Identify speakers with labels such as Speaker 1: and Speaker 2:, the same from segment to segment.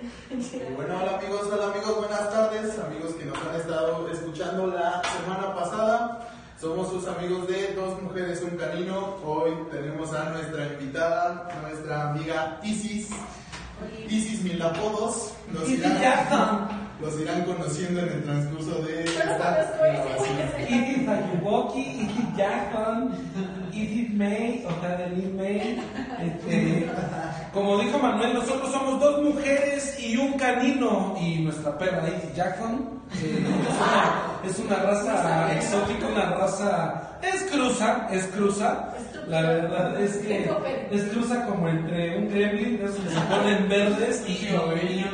Speaker 1: Eh, bueno, hola amigos, hola amigos, buenas tardes, amigos que nos han estado escuchando la semana pasada. Somos sus amigos de Dos Mujeres, un Canino. Hoy tenemos a nuestra invitada, a nuestra amiga Isis. Isis Mil Apodos. Los
Speaker 2: Isis
Speaker 1: irán,
Speaker 2: Jackson.
Speaker 1: los irán conociendo en el transcurso de
Speaker 3: Yo no
Speaker 1: esta
Speaker 3: conozco a Isis,
Speaker 1: grabación.
Speaker 3: güey.
Speaker 2: Isis Ayuwoki, Isis Jackson, Isis May, o sea, Denise May. Este, como dijo Manuel, nosotros somos dos mujeres y un canino. Y nuestra perra Isis Jackson eh, es, una, es una raza exótica, una raza. Es cruza, es cruza. La verdad es que es cruza como entre un gremlin, de esos que se ponen verdes, y, y,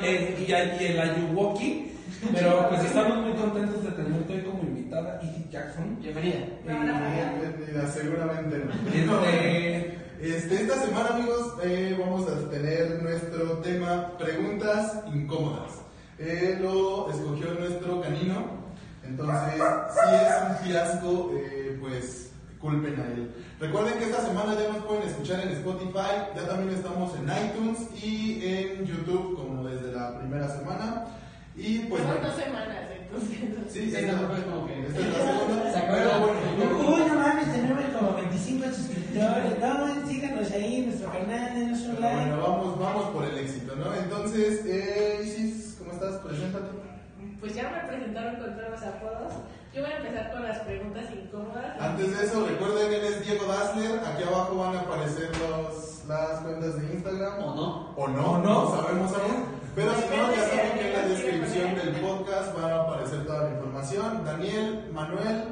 Speaker 2: y- y el Ayuwoki. Pero pues estamos muy contentos de tenerte hoy como invitada, Izzy Jackson.
Speaker 4: Bienvenida.
Speaker 2: Eh,
Speaker 1: Bienvenida, seguramente no.
Speaker 2: Este,
Speaker 1: Este, esta semana, amigos, eh, vamos a tener nuestro tema preguntas incómodas. Eh, lo escogió nuestro canino. Entonces, si es un fiasco, eh, pues culpen a él. Recuerden que esta semana ya nos pueden escuchar en Spotify, ya también estamos en iTunes y en YouTube, como desde la primera semana. Y pues.
Speaker 3: Fueron
Speaker 1: bueno,
Speaker 3: dos semanas, entonces.
Speaker 1: Sí,
Speaker 4: Sí,
Speaker 1: esta,
Speaker 4: no, pues, como que-
Speaker 1: esta es la segunda.
Speaker 4: Se acabó.
Speaker 1: Pero
Speaker 2: uy,
Speaker 1: bueno,
Speaker 2: no mames, tenemos como 25 suscriptores. No, síganos ahí en nuestro canal, en nuestro
Speaker 1: Pero
Speaker 2: like.
Speaker 1: bueno, vamos, vamos por el éxito, ¿no? Entonces, eh, Isis, ¿cómo estás? Preséntate.
Speaker 3: Pues ya me presentaron con todos los apodos. Yo voy a empezar con las preguntas incómodas.
Speaker 1: Antes de eso, recuerden, él es Diego Dassler. Aquí abajo van a aparecer los, las cuentas de Instagram.
Speaker 4: ¿O no?
Speaker 1: O no,
Speaker 2: O no.
Speaker 1: sabemos aún. Pero si no, ya saben que en la descripción del podcast va a aparecer toda la información. Daniel, Manuel,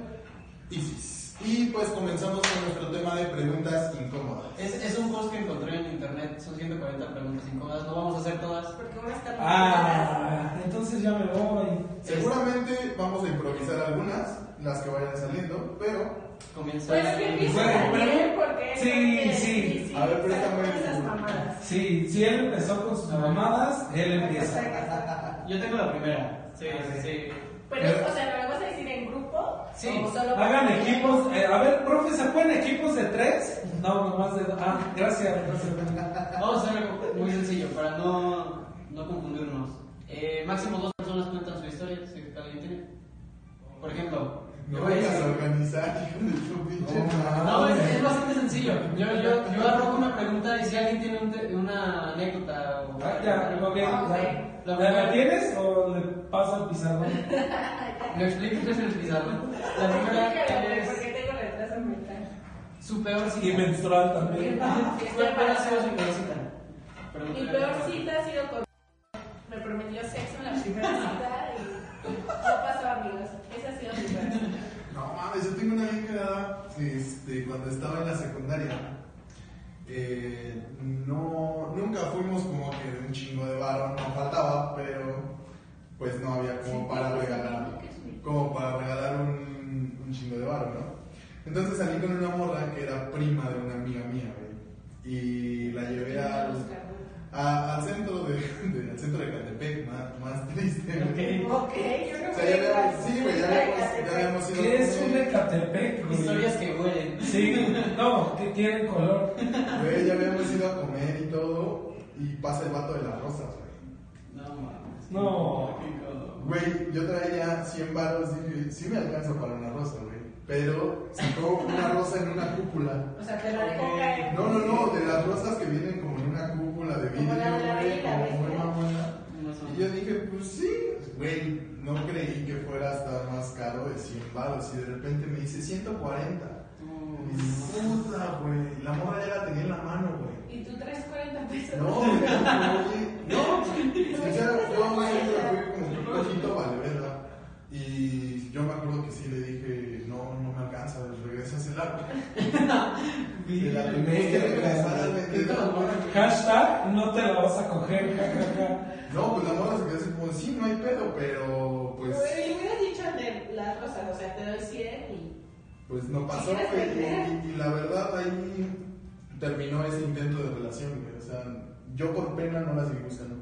Speaker 1: Isis. Y pues comenzamos con nuestro tema de preguntas incómodas.
Speaker 4: Es, es un post que encontré en internet, son 140 preguntas incómodas, no vamos a hacer todas.
Speaker 3: Porque unas están muy
Speaker 2: Ah, entonces ya me voy.
Speaker 1: Seguramente vamos a improvisar algunas, las que vayan saliendo, pero
Speaker 4: Comienza.
Speaker 3: Bueno, es que empieza
Speaker 2: Bueno, pero-
Speaker 3: Daniel, porque es
Speaker 2: sí,
Speaker 3: el que-
Speaker 2: sí.
Speaker 1: A ver, préstame.
Speaker 3: saca esas mamadas.
Speaker 2: Sí, si él empezó con sus mamadas, él empieza.
Speaker 4: Yo tengo la primera. Sí,
Speaker 2: Ah,
Speaker 4: sí, sí.
Speaker 3: Pero, o sea, ¿lo vas a decir en grupo?
Speaker 4: Sí.
Speaker 3: ¿O solo
Speaker 2: Hagan
Speaker 3: para-
Speaker 2: equipos, eh, a ver, profe, ¿se pueden equipos de tres? No, nomás de dos. Ah, gracias, gracias.
Speaker 4: Vamos a hacer algo muy sencillo para no, no confundirnos. Eh, máximo dos personas cuentan su historia, si cada quien tiene. Por ejemplo,
Speaker 1: No
Speaker 4: yo voy a
Speaker 1: vayas a
Speaker 4: decir-
Speaker 1: organizar, hijo de tu pinche madre.
Speaker 4: No, es, es bastante sencillo. Yo, yo, yo arrojo una pregunta y si alguien tiene un te- una anécdota o.
Speaker 2: Ah, ya, ok, ya. ¿La, la tienes o le paso al pizarrón?
Speaker 4: ¿Me explicas qué es el pizarrón? La primera
Speaker 3: Explícalo,
Speaker 4: es
Speaker 3: Porque tengo retraso mental.
Speaker 4: su peor
Speaker 2: Y
Speaker 4: cita.
Speaker 2: menstrual también.
Speaker 4: ¿Cuál fue la su peor cita?
Speaker 3: Mi
Speaker 4: Pregúntale.
Speaker 3: peor cita ha sido con. Me prometió sexo en la primera cita y no pasó, amigos. Esa ha sido mi peor cita.
Speaker 1: No mames, yo tengo una bien cagada, este, cuando estaba en la secundaria. Eh, no, nunca fuimos como que de un chingo de bar, no faltaba, pero pues no había como para regalar, como para regalar un, un chingo de bar, ¿no? Entonces salí con una morra que era prima de una amiga mía, güey, y la llevé al, a- al centro de, de- al centro de Catepec, más, más triste. güey.
Speaker 4: Ok.
Speaker 3: Ok, yo no
Speaker 1: O sea, ya
Speaker 3: sé
Speaker 1: habíamos, sí, güey, ya habíamos, ya habíamos ido.
Speaker 2: ¿Qué es un Ecatepec? güey?
Speaker 4: Historias que huelen.
Speaker 2: Sí, no, que tienen color.
Speaker 1: Güey, ya habíamos ido a comer y todo. Y pasa el vato de las rosas, güey.
Speaker 4: No mames.
Speaker 2: No.
Speaker 4: Qué incómodo.
Speaker 1: Güey, yo traía 100 baros. Dije, sí me alcanza para una rosa, güey. Pero sacó una rosa en una cúpula.
Speaker 3: O sea, te la ¿eh? dejó caer.
Speaker 1: No, no, no, de las rosas que vienen como en una cúpula de vidrio,
Speaker 3: Como la de la
Speaker 1: güey,
Speaker 3: vida,
Speaker 1: como muy
Speaker 3: ¿ves?
Speaker 1: mamona.
Speaker 4: No son-
Speaker 1: Y yo dije, pues sí, güey, no creí que fuera a estar más caro de 100 baros. Y de repente me dice 140.
Speaker 4: Tú-
Speaker 1: Y puta, güey, la moda ya la tenía en la mano, güey.
Speaker 3: ¿Y tú traes cuál
Speaker 1: De la primera que regresaras, güey. de la morra que-
Speaker 2: Hashtag no te la vas a coger, jajaja.
Speaker 1: No, pues la morra se quedó así como, sí, no hay pedo, pero pues,
Speaker 3: Pero yo hubiera dicho de las rosas, o sea, te doy 100 y.
Speaker 1: pues no pasó, güey. Y, y la verdad ahí terminó ese intento de relación, güey. O sea, yo por pena no la seguí buscando.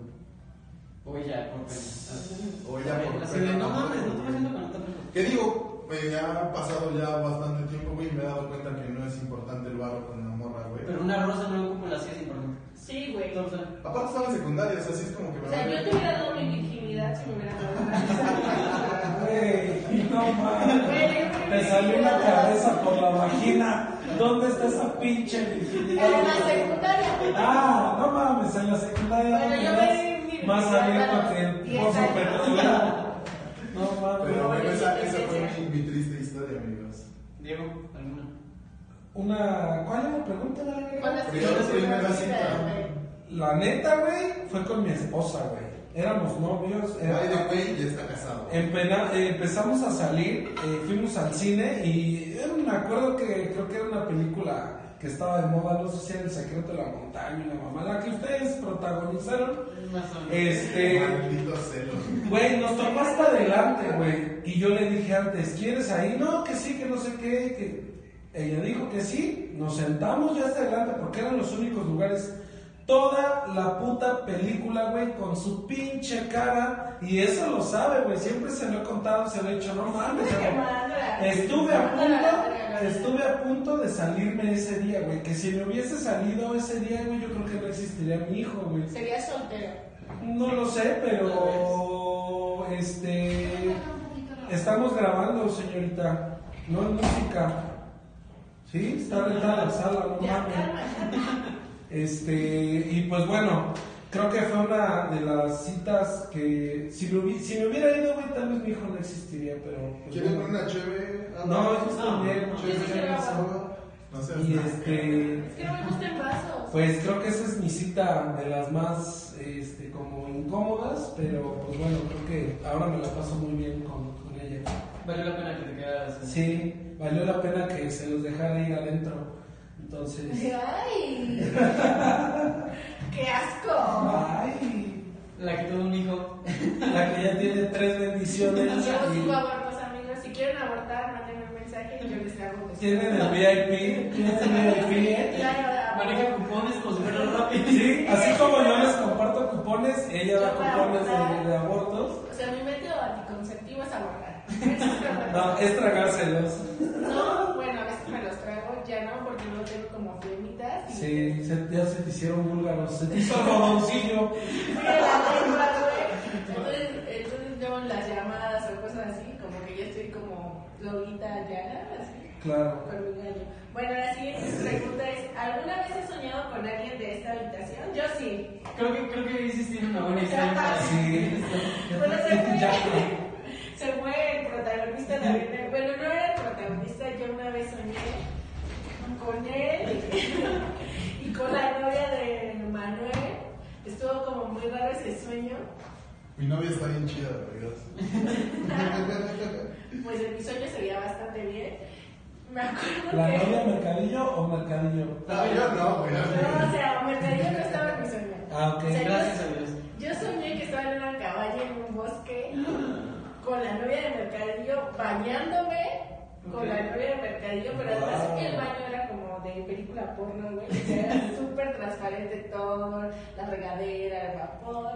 Speaker 4: O ya, por pena.
Speaker 1: O ya, por
Speaker 4: Así
Speaker 1: pena.
Speaker 4: de, no mames, no te vas haciendo con otra persona.
Speaker 1: ¿Qué digo? Pues ya ha pasado ya bastante tiempo, güey, y me he dado cuenta que no es importante el barro con una morra, güey.
Speaker 4: Pero una rosa no ocupa la silla, por ejemplo.
Speaker 3: Sí, güey. O
Speaker 4: Entonces,
Speaker 1: Aparte estaba en secundaria, o sea, sí es como que me
Speaker 3: sea,
Speaker 1: vale.
Speaker 3: yo te hubiera dado mi virginidad si me hubiera dado
Speaker 2: Güey, no mames. Te salió una cabeza por la vagina. ¿Dónde está esa pinche virginidad?
Speaker 3: En la secundaria, güey.
Speaker 2: Ah, no mames, en la secundaria.
Speaker 3: Bueno, yo
Speaker 2: eras
Speaker 3: me di mi
Speaker 2: Más
Speaker 3: virginidad a
Speaker 2: abierto
Speaker 3: los
Speaker 2: que el
Speaker 3: 10
Speaker 2: pozo
Speaker 3: años.
Speaker 2: petrolero. No mames.
Speaker 1: Pero bueno, esa, esa fue mi, mi triste historia, amigos.
Speaker 4: Diego, alguna.
Speaker 2: Una. ¿Cuál era la pregunta? la neta?
Speaker 3: Con las
Speaker 1: Pero yo primero así,
Speaker 2: La neta, güey, fue con mi esposa, güey. Éramos novios. era-
Speaker 1: By the way, ya está casado.
Speaker 2: Empena- eh, empezamos a salir, eh, fuimos al cine y era un- me acuerdo que creo que era una película que estaba de moda, no sé si era El secreto de la montaña, la mamá, la que ustedes protagonizaron.
Speaker 4: Más o
Speaker 1: Eh.
Speaker 4: menos.
Speaker 2: Este,
Speaker 1: Maldito celo.
Speaker 2: güey, nos tocó hasta adelante, güey. Y yo le dije antes, ¿quieres ahí? No, que sí, que no sé qué. Que... Ella dijo que sí, nos sentamos ya hasta adelante porque eran los únicos lugares. Toda la puta película, güey, con su pinche cara. Y eso lo sabe, güey. Siempre se lo he contado, se lo he dicho, no mames. güey. Estuve a punto, estuve a punto de salirme ese día, güey. Que si me hubiese salido ese día, güey, yo creo que no existiría mi hijo, güey.
Speaker 3: Sería soltero.
Speaker 2: No lo sé, pero este estamos grabando, señorita. No es música. Sí, está rentada la sala, no
Speaker 3: Ya,
Speaker 2: mames.
Speaker 3: calma.
Speaker 2: Este, y pues bueno, creo que fue una de las citas que si me, hubi- si me hubiera ido, güey, tal vez mi hijo no existiría, pero pues,
Speaker 1: ¿Quieren
Speaker 2: bueno.
Speaker 1: una chévere? Ah,
Speaker 2: No, yo estoy bien,
Speaker 4: no,
Speaker 2: yo
Speaker 3: yo
Speaker 2: estoy
Speaker 3: sí
Speaker 2: bien.
Speaker 3: grababa.
Speaker 1: No sé.
Speaker 2: Y este,
Speaker 3: Es que no me gustan vasos.
Speaker 2: Pues creo que esa es mi cita de las más este, como incómodas, pero pues bueno, creo que ahora me la paso muy bien con, con ella.
Speaker 4: Valió la pena que te quedaras.
Speaker 2: Sí, valió la pena que se los dejara ir adentro. Entonces,
Speaker 3: ¡Ay! ¡Qué asco!
Speaker 2: ay,
Speaker 4: La que tuvo un hijo.
Speaker 2: la que ya tiene tres bendiciones
Speaker 3: Yo subo
Speaker 2: y
Speaker 3: abortos, amigos. Si quieren abortar, mándenme un mensaje y yo les hago un
Speaker 2: tiene el VIP, tiene el VIP. ¿eh?
Speaker 4: Maneja cupones como si fuera rápido.
Speaker 2: Sí, así como yo les comparto cupones, ella da cupones de, de abortos.
Speaker 3: O sea, mi método anticonceptivo es abortar. Eso es
Speaker 2: No,
Speaker 3: verdad.
Speaker 2: es tragárselos.
Speaker 3: No, bueno, a veces me los trago, ya no, porque luego tengo como flemitas. y-
Speaker 2: Sí, se, ya se te hicieron búlgaros, se te hizo rodoncillo.
Speaker 3: Sí, la lengua, güey. Entonces, entonces yo en las llamadas o cosas así, como que ya estoy como loguita llana, así.
Speaker 2: Claro.
Speaker 3: Con mi gallo. Bueno, la siguiente pregunta es, ¿alguna vez has soñado con alguien de esta habitación? Yo sí.
Speaker 4: Creo que, creo que sí tiene una buena historia.
Speaker 2: Sí.
Speaker 3: Bueno, se
Speaker 2: Ya.
Speaker 3: fue, se fue el protagonista también. Bueno, no era el protagonista, yo una vez soñé con él y con la novia de Manuel. Estuvo como muy raro ese sueño.
Speaker 1: Mi novia está bien chida, amigos.
Speaker 3: Pues en mi sueño se veía bastante bien. Me acuerdo
Speaker 2: ¿La
Speaker 3: que...
Speaker 2: novia mercadillo o mercadillo?
Speaker 1: No, yo no, güey.
Speaker 3: No, o sea, Mercadillo no estaba en mi sueño.
Speaker 2: Ah, ok.
Speaker 3: O sea, yo-
Speaker 4: Gracias a Dios.
Speaker 3: Yo soñé que estaba en una cabaña en un bosque con la novia de Mercadillo bañándome con la novia de Mercadillo, pero además
Speaker 2: Wow.
Speaker 3: que el baño era como de película porno, güey. o sea, Era súper transparente todo, la regadera, el vapor.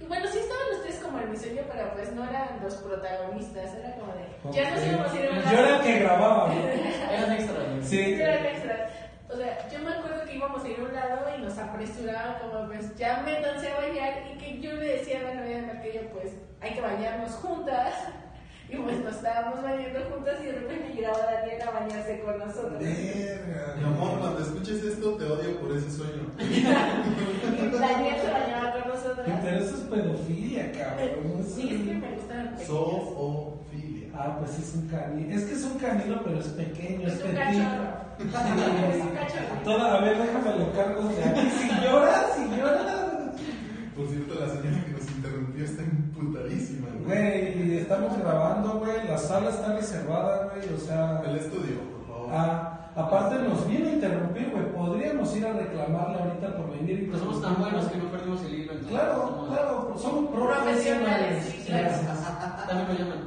Speaker 3: Y bueno, sí estaban ustedes como en mi sueño, pero pues no eran los protagonistas, era como de. Ya nos
Speaker 2: Ok.
Speaker 3: íbamos a ir a una-
Speaker 2: Yo era el que grababa.
Speaker 4: Eras extra. güey.
Speaker 2: Sí.
Speaker 3: yo era extra. O sea, yo me acuerdo que íbamos a ir a un lado y nos apresuraban como pues ya métanse a bañar y que yo le decía a la novia de Marquillo pues hay que bañarnos juntas y pues nos estábamos bañando juntas y de repente llegaba Daniela a bañarse con nosotros.
Speaker 1: Verga. Mi amor, cuando escuches esto, te odio por ese sueño.
Speaker 3: Y Daniel se bañaba con nosotros.
Speaker 2: Pero eso es pedofilia, cabrón. Eso-
Speaker 3: Sí, es que me gustan los pequeños.
Speaker 1: Zoofilia.
Speaker 2: Ah, pues es un canino. Es que es un canino, pero es pequeño, es
Speaker 3: Es un
Speaker 2: petit.
Speaker 3: cachorro. Es un cachorro.
Speaker 2: Toda, a ver, déjame lo cargo de aquí. Si lloras, si lloras.
Speaker 1: Por cierto, la señora que nos interrumpió está emputadísima, güey.
Speaker 2: Güey, estamos grabando, güey. La sala está reservada, güey. O sea,
Speaker 1: El estudio, por favor.
Speaker 2: a... Ah, Aparte nos viene a interrumpir, güey. Podríamos ir a reclamarle ahorita por venir. y-
Speaker 4: Pero Pues somos tan buenos que no perdimos el hilo. entonces
Speaker 2: Claro,
Speaker 4: somos-
Speaker 2: claro, somos profesionales.
Speaker 3: sí, claro.
Speaker 4: También lo llaman.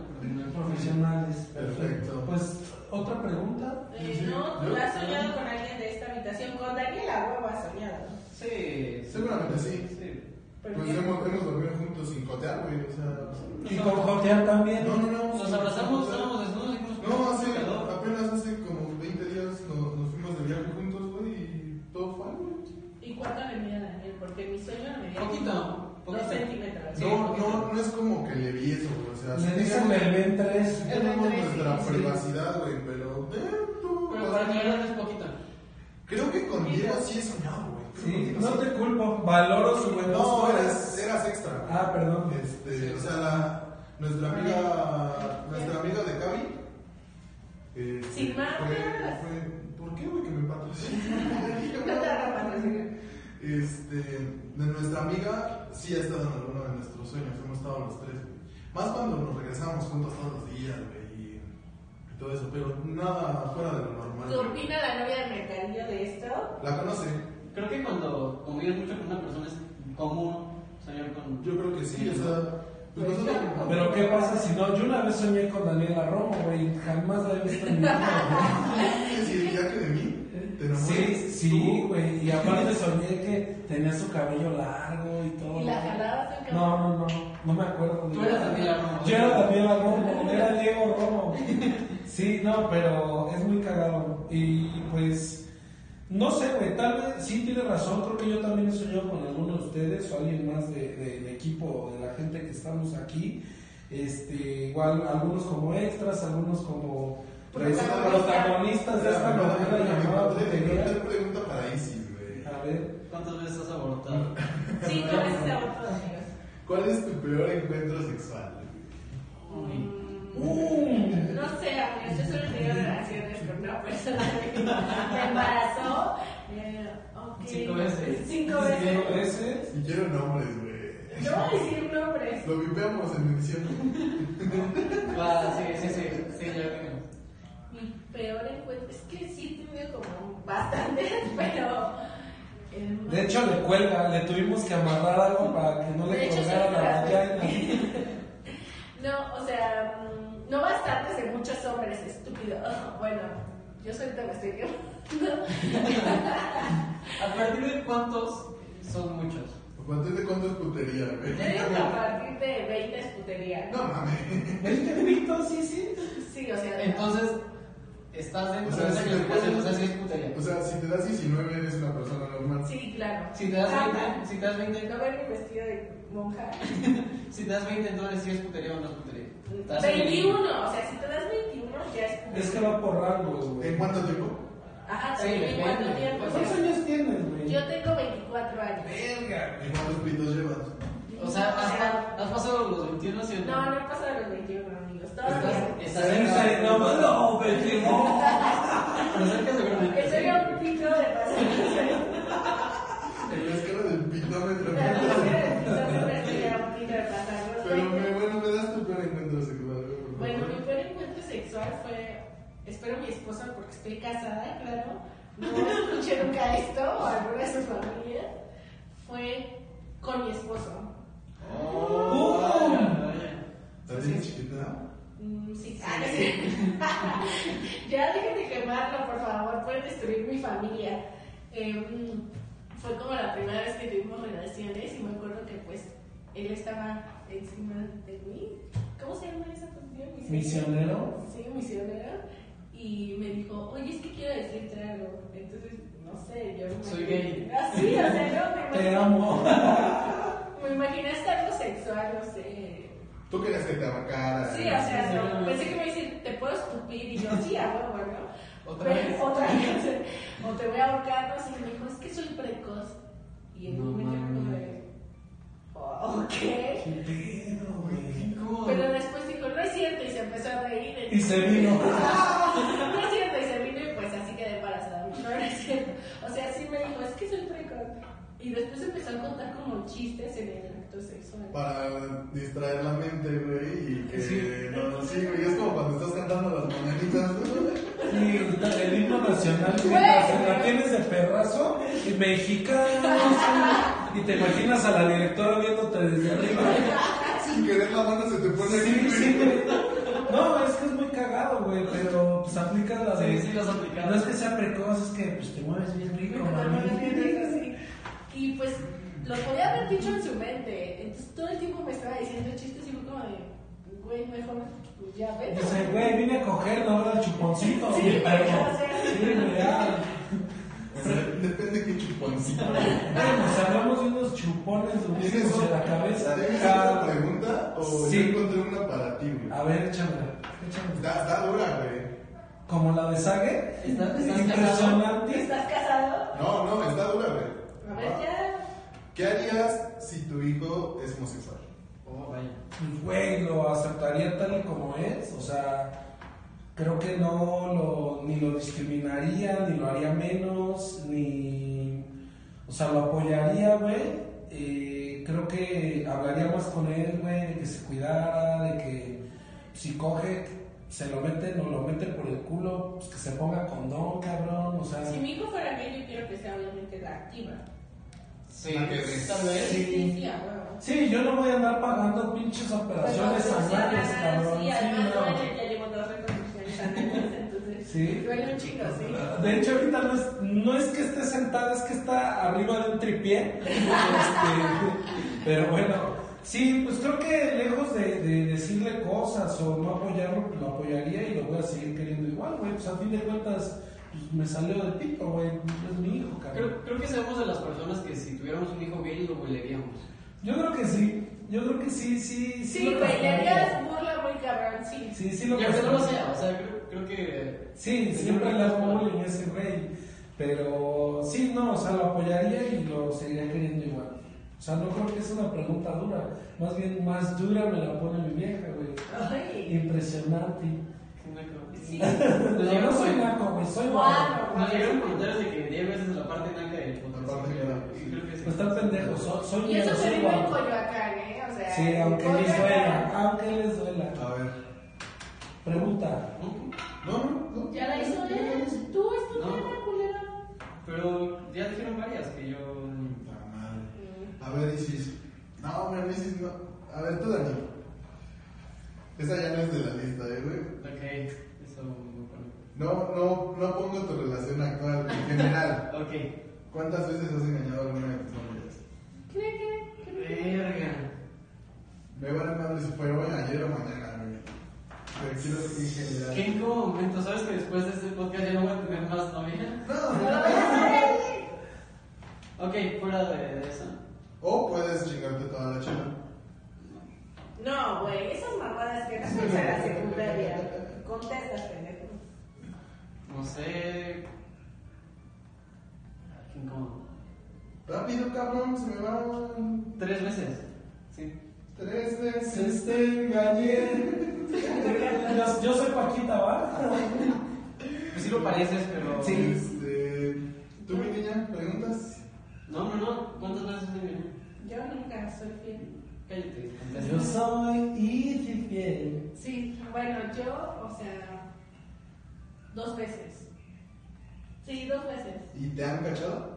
Speaker 2: Profesionales, perfecto.
Speaker 1: Perfecto.
Speaker 2: Pues, ¿otra pregunta?
Speaker 3: Eh, no, ¿tú has soñado con alguien de esta habitación? Con Daniela Huevo has soñado.
Speaker 4: Sí.
Speaker 1: Seguramente sí.
Speaker 4: Sí.
Speaker 3: Pero
Speaker 1: Pues
Speaker 3: yo-
Speaker 1: hemos, hemos dormido juntos sin cotear, güey. O sea,
Speaker 2: Y con jotear también.
Speaker 1: no, no, no.
Speaker 4: Nos
Speaker 1: sin
Speaker 4: abrazamos,
Speaker 1: cotear.
Speaker 4: estábamos desnudos y fuimos
Speaker 1: No, hace,
Speaker 4: pecador.
Speaker 1: apenas hace como 20 días nos, nos fuimos de viaje juntos, güey, y todo fue, güey.
Speaker 3: ¿Y cuánto le mide a Daniel? Porque mi sueño no me dio.
Speaker 4: Poquito,
Speaker 3: Dos
Speaker 4: poquito.
Speaker 3: centímetros.
Speaker 4: Sí.
Speaker 1: No, no, no es como que le vi eso, güey. O sea,
Speaker 2: Le dicen
Speaker 1: tenemos-
Speaker 2: el ven tres.
Speaker 1: tenemos
Speaker 3: Entre-
Speaker 1: nuestra
Speaker 3: sí.
Speaker 1: privacidad, güey, pero eh, tú,
Speaker 4: Pero
Speaker 1: o
Speaker 4: para
Speaker 1: sea,
Speaker 4: mi edad es poquito.
Speaker 1: Creo que con Diego sí he soñado, güey. Creo que
Speaker 2: Sí,
Speaker 1: contigo
Speaker 2: no
Speaker 1: sí.
Speaker 2: te culpo. Valoro su buen
Speaker 1: No,
Speaker 2: gusto.
Speaker 1: eras, eras extra. güey.
Speaker 2: Ah, perdón.
Speaker 1: Este, o sea, la- nuestra amiga, nuestra amiga de Cavi. eh,
Speaker 3: Sin
Speaker 1: fue-
Speaker 3: marcas.
Speaker 1: fue- ¿Por qué, güey, que me patrocinó?
Speaker 3: No te hagas patrocinar.
Speaker 1: Este, de nuestra amiga sí ha estado en alguno de nuestros sueños, hemos estado los tres. güey. Más cuando nos regresamos juntos todos los días, güey, y, y todo eso, pero nada fuera de lo normal.
Speaker 3: ¿Qué
Speaker 1: güey.
Speaker 3: opina la novia de Mercadillo de esto?
Speaker 1: La conoce,
Speaker 4: Creo que cuando convives mucho con una persona es común soñar con.
Speaker 1: yo creo que sí, o sea, pues nosotros.
Speaker 2: Pero ¿qué pasa si no? Yo una vez soñé con Daniela Romo, güey. Jamás la he visto en mi vida.
Speaker 1: Si ya que de mí, te
Speaker 2: güey.
Speaker 1: enamoras.
Speaker 2: Sí, sí, güey. Y aparte soñé que tenía su cabello largo y todo.
Speaker 3: ¿Y la jalabas en cama?
Speaker 2: No, no, no. No me acuerdo.
Speaker 4: Tú eras Daniela Romo.
Speaker 2: Yo era Daniela Romo, era Diego Romo. Sí, no, pero es muy cagado. Y pues, no sé, güey, tal vez sí tiene razón. Creo que yo también he soñado con alguno de ustedes o alguien más de- de- del equipo, de la gente que estamos aquí. Este, igual, algunos como extras, algunos como pues,
Speaker 3: Protagonistas.
Speaker 2: protagonistas de esta novela llamada
Speaker 1: Te
Speaker 2: Brujería.
Speaker 1: pregunta para Isis, güey.
Speaker 2: A ver,
Speaker 4: ¿Cuántas veces has abortado?
Speaker 3: Cinco veces a otro, amigos.
Speaker 1: ¿Cuál es tu peor encuentro sexual? güey?
Speaker 4: Uy.
Speaker 3: Mm, No sé, amigos, yo solo he tenido relaciones con una persona que me embarazó. eh, ok.
Speaker 4: Cinco veces.
Speaker 3: Cinco veces.
Speaker 2: Diego, ese.
Speaker 1: Y quiero nombres, güey.
Speaker 3: No voy a decir nombres.
Speaker 1: Lo vipeamos en edición.
Speaker 4: Va, sí, sí, sí. Sí, ya veo.
Speaker 3: Mi peor encuentro es que sí he tenido como bastantes, pero. eh, el más-
Speaker 2: De hecho, le cuelga, le tuvimos que amarrar algo para que no
Speaker 3: De
Speaker 2: le
Speaker 3: hecho,
Speaker 2: colgara
Speaker 3: sí,
Speaker 2: la
Speaker 3: las-
Speaker 2: vagina.
Speaker 3: No, o sea, mm, no bastantes de muchos hombres, estúpido. Bueno, yo solita me estoy quemando.
Speaker 4: ¿A partir de cuántos son muchos?
Speaker 1: ¿Cuánto es de cuánto es putería, güey?
Speaker 3: Yo digo que a partir de 20 es putería.
Speaker 1: No mames.
Speaker 2: ¿Este grito? Sí, sí.
Speaker 3: Sí, o sea.
Speaker 4: Entonces, estás dentro
Speaker 1: O sea,
Speaker 4: de esa
Speaker 1: si te
Speaker 4: clasificación, o
Speaker 1: puedes-
Speaker 4: sea, sí es putería.
Speaker 1: O sea, si te das 19 eres una persona normal.
Speaker 3: Sí, claro.
Speaker 4: Si te das
Speaker 3: Ah,
Speaker 4: 20, si te das 20,
Speaker 3: No vengo vestido de monja.
Speaker 4: si te das 20 entonces sí es putería o no es putería. Estás en-
Speaker 3: 21, o sea, si te das 21 ya es putería.
Speaker 2: Es que va por rangos,
Speaker 1: ¿En
Speaker 2: güey.
Speaker 1: cuánto tiempo?
Speaker 3: Ajá,
Speaker 4: Sí,
Speaker 3: sí, en cuánto
Speaker 4: 20.
Speaker 3: tiempo.
Speaker 2: ¿Cuántos años tienes, güey?
Speaker 3: Yo tengo 24 años.
Speaker 2: Verga,
Speaker 1: ¿En cuántos pitos llevas?
Speaker 4: O sea, has, pa- has pasado los 21 y
Speaker 3: No, no he pasado los 21, amigos. Todavía.
Speaker 4: Estás, estás
Speaker 2: güey.
Speaker 4: cerca-
Speaker 2: Sí, No, pues. no, no, pendejo.
Speaker 4: Pero cerca seguramente.
Speaker 3: Estoy a un pico de pasar.
Speaker 1: En la escala del pitómetro.
Speaker 3: La mujer del piso siempre estoy a un pico de pasar los
Speaker 1: Pero me,
Speaker 3: 20.
Speaker 1: bueno, me das tu peor encuentro sexual, güey, por
Speaker 3: Bueno,
Speaker 1: favor.
Speaker 3: mi primer encuentro sexual fue. Espero mi esposa, porque estoy casada, claro. No escuché nunca esto, o alguna de sus familias. Fue con mi esposo.
Speaker 4: Oh, vaya, vaya.
Speaker 1: ¿Estás bien chiquita?
Speaker 3: Mm, Sí, ah, sí. ya dejen de quemarlo, por favor, pueden destruir mi familia. Em, fue como la primera vez que tuvimos relaciones y me acuerdo que pues él estaba encima de mí. ¿Cómo se llama esa posición?
Speaker 2: ¿Misionero?
Speaker 3: Sí, misionero. Y me dijo, oye, es que quiero decirte algo. Entonces, no sé, yo... me
Speaker 4: Soy
Speaker 3: imaginé-
Speaker 4: gay.
Speaker 3: Ah, sí, o sea, yo me
Speaker 2: Te
Speaker 3: imaginé,
Speaker 2: amo.
Speaker 3: me imaginé hasta algo sexual, no sé.
Speaker 1: Tú querías que te abacara.
Speaker 3: Sí, o sea, no, pensé que me dicen, ¿te puedo escupir? Y yo, sí, a huevo, ¿no?
Speaker 4: Otra
Speaker 3: Pero-
Speaker 4: vez.
Speaker 3: Otra vez. O te voy a ahorcar, no sé. Y me dijo, es que soy precoz. Y en
Speaker 4: No
Speaker 3: un momento como
Speaker 4: mames.
Speaker 3: de, "Oh, ok.
Speaker 2: Qué pedo, güey.
Speaker 4: Qué cómodo.
Speaker 3: Pero después dijo, no es cierto, y se empezó a reír.
Speaker 2: Y se vino.
Speaker 3: No es cierto, y se vino, y pues así quedé embarazada. No, no es cierto. O sea, sí me dijo, es que soy precoz. Y Y después empezó a contar como chistes en el acto sexual.
Speaker 1: Para distraer la mente, güey, y que
Speaker 2: Sí.
Speaker 1: no no, sí, güey, es como cuando estás cantando las mañanitas, güey.
Speaker 2: Sí, el himno nacional,
Speaker 3: Güey.
Speaker 2: mientras te la tienes de perrazo y mexicano. Y te imaginas a la directora viéndote desde arriba.
Speaker 1: Sin querer la mano se te pone así,
Speaker 2: Sí,
Speaker 1: güey.
Speaker 2: sí, güey. No, es que es muy cagado, güey, pero pues aplica la de.
Speaker 4: Sí, sí, las aplicado.
Speaker 2: No es que sea precoz, es que pues, te mueves bien rico, mami.
Speaker 3: Y pues lo podía haber dicho en su mente. Entonces todo el tiempo me estaba diciendo chistes y fue como de, güey, mejor pues, ya vete.
Speaker 2: Dice, güey, vine a coger, no era chuponcito,
Speaker 3: Sí,
Speaker 2: mi perro.
Speaker 3: o sea.
Speaker 2: Sí, güey, ah.
Speaker 1: O sea, Depende de qué chuponcito, güey.
Speaker 2: Bueno, nos hablamos de unos chupones
Speaker 1: ¿Tienes
Speaker 2: durísimos en Pues la cabeza.
Speaker 1: otra pregunta o
Speaker 2: Sí. Ah, pues.
Speaker 1: yo encontré una para ti, güey?
Speaker 2: A ver, échamela, échamela.
Speaker 1: Está, está dura, güey.
Speaker 2: Como la de Sage,
Speaker 4: ¿Estás- estás
Speaker 2: impresionante.
Speaker 3: ¿Estás casado?
Speaker 1: No, no, está dura,
Speaker 3: A
Speaker 2: Ah,
Speaker 1: güey.
Speaker 3: ver, ya.
Speaker 1: ¿Qué harías si tu hijo es homosexual?
Speaker 4: Oh, vaya.
Speaker 2: Pues, güey, lo aceptaría tal y como es. O sea, creo que no lo, ni lo discriminaría, ni lo haría menos, ni. O sea, lo apoyaría, güey. Eh, creo que hablaría más con él, güey, de que se cuidara, de que si coge, se lo mete, no lo mete por el culo, pues que se ponga condón, cabrón. O sea,
Speaker 3: Si mi hijo fuera gay, yo quiero que sea obviamente la activa.
Speaker 4: Sí,
Speaker 1: Ah, que sí.
Speaker 4: tal vez.
Speaker 3: Sí, sí, sí, a huevo. Pues,
Speaker 2: Sí, yo no voy a andar pagando pinches operaciones sangrales, cabrón.
Speaker 3: Sí,
Speaker 2: Sí,
Speaker 3: además,
Speaker 2: no.
Speaker 3: bueno, ya llevo dos reconstrucciones anales, entonces.
Speaker 2: Sí.
Speaker 3: Duele un chingo, sí.
Speaker 2: De hecho, ahorita no es, no es que esté sentada, es que está arriba de un tripié. Este, pero bueno, sí, pues creo que lejos de, de decirle cosas o no apoyarlo, pues lo apoyaría y lo voy a seguir queriendo igual, güey. Pues a fin de cuentas, pues me salió de pito, güey. Es mi hijo, cabrón.
Speaker 4: Creo, creo que somos de las personas que si tuviéramos un hijo gay lo hueleríamos.
Speaker 2: Yo creo que sí, yo creo que sí, sí, sí.
Speaker 3: Sí,
Speaker 2: lo
Speaker 3: güey, le
Speaker 2: castraría.
Speaker 3: harías burla muy cabrón, sí.
Speaker 2: Sí, sí,
Speaker 4: Y
Speaker 2: lo
Speaker 4: aunque no lo
Speaker 2: castraría.
Speaker 4: sea, o sea, creo, creo que.
Speaker 2: Sí, siempre le hago bullying a ese güey. Pero sí, no, o sea, lo apoyaría y lo seguiría queriendo igual. O sea, no creo que es una pregunta dura. Más bien, más dura me la pone mi vieja, güey.
Speaker 3: Ay.
Speaker 2: Impresionante.
Speaker 3: Sí.
Speaker 4: Nos
Speaker 2: No, no
Speaker 4: llegaron,
Speaker 2: soy
Speaker 4: con-
Speaker 2: naco, güey, soy guapo.
Speaker 3: Guau,
Speaker 4: nos
Speaker 3: guau.
Speaker 4: llegaron comentarios de que Diego es la parte blanca del
Speaker 1: La parte blanca.
Speaker 4: Y creo que sí.
Speaker 2: Pues están pendejos, soy, soy
Speaker 3: Y eso
Speaker 2: negro,
Speaker 3: se
Speaker 2: soy
Speaker 3: vive en
Speaker 2: guapo.
Speaker 3: Coyoacán, ¿eh? O sea,
Speaker 2: Sí,
Speaker 3: en
Speaker 2: aunque les
Speaker 3: Coyoacán.
Speaker 2: duela, aunque les duela.
Speaker 1: A ver.
Speaker 2: Pregunta.
Speaker 4: ¿No?
Speaker 1: No, no, no.
Speaker 3: Ya la hizo él. Tú es tu
Speaker 4: No.
Speaker 3: tema, culero.
Speaker 4: Pero ya dijeron varias que yo.
Speaker 1: Puta madre. A ver, Isis. No, hombre, Isis, no. A ver, tú, Dani. Esa ya no es de la lista, eh, güey.
Speaker 4: Ok, eso muy bueno.
Speaker 1: No, no, no pongo tu relación actual en general.
Speaker 4: Ok.
Speaker 1: ¿Cuántas veces has engañado a alguna de tus novias?
Speaker 3: Cree que.
Speaker 4: Verga.
Speaker 1: Me vale madre si fue hoy, ayer o mañana, güey. Pero quiero decir general.
Speaker 4: Qué incómodo momento, ¿sabes que después de este podcast ya no voy a tener más novia?
Speaker 1: No,
Speaker 3: No lo
Speaker 1: no.
Speaker 3: vayas a hacer.
Speaker 4: Ok, fuera de, de eso.
Speaker 1: O puedes chingarte toda la chela.
Speaker 3: No, güey, esas mamadas que haces en la secundaria. Contestas, pendejo.
Speaker 4: No sé. Ah, Qué incómodo.
Speaker 1: Rápido, cabrón, se me van.
Speaker 4: Tres veces. Sí.
Speaker 1: Tres veces te engañé.
Speaker 2: Yo, yo soy Paquita, ¿va?
Speaker 4: Pues sí lo pareces, pero.
Speaker 1: Este, ¿Tú, mi niña, preguntas?
Speaker 4: No, no, no. ¿Cuántas veces te engañé?
Speaker 3: Yo nunca soy fiel.
Speaker 4: Cállate.
Speaker 2: Yo
Speaker 4: contesta.
Speaker 2: soy Itipiel.
Speaker 3: Sí, bueno, yo, o sea. Dos veces. Sí, dos veces.
Speaker 1: ¿Y te han cachado?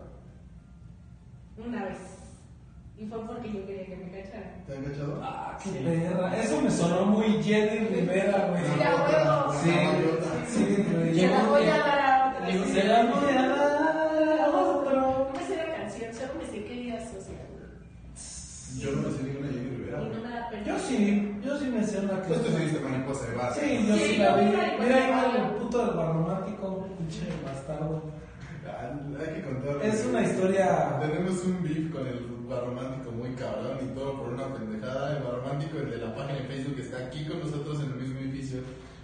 Speaker 3: Una vez. Y fue porque yo quería que me cacharan.
Speaker 1: ¿Te han cachado?
Speaker 2: Ah, qué
Speaker 4: Sí.
Speaker 2: perra. Eso me sonó muy Jenny Rivera, güey.
Speaker 3: Sí, a huevo.
Speaker 2: Sí,
Speaker 1: Sí.
Speaker 2: sí, güey.
Speaker 3: Se la voy a dar a otra.
Speaker 4: Llegó-
Speaker 2: Se la voy a dar a otro.
Speaker 3: No me sé la canción, solo me sé que ella asocia. güey.
Speaker 1: Yo no me sé ninguna Jenny Rivera.
Speaker 3: Y no me la perdí.
Speaker 2: Yo sí, yo sí me sé una que.
Speaker 1: Pues tú seguiste mariposa de base.
Speaker 2: Sí, yo sí
Speaker 3: Sí,
Speaker 2: la
Speaker 3: yo
Speaker 2: vi.
Speaker 3: vi la de
Speaker 2: Mira, igual
Speaker 3: Guanajuato.
Speaker 2: el puto del barromático, pinche bastardo.
Speaker 1: Ah, Hay que contar.
Speaker 2: Es una historia.
Speaker 1: Tenemos un beef con el barromántico muy cabrón y todo por una pendejada. El barromántico, el de la página de Facebook, que está aquí con nosotros en el mismo edificio.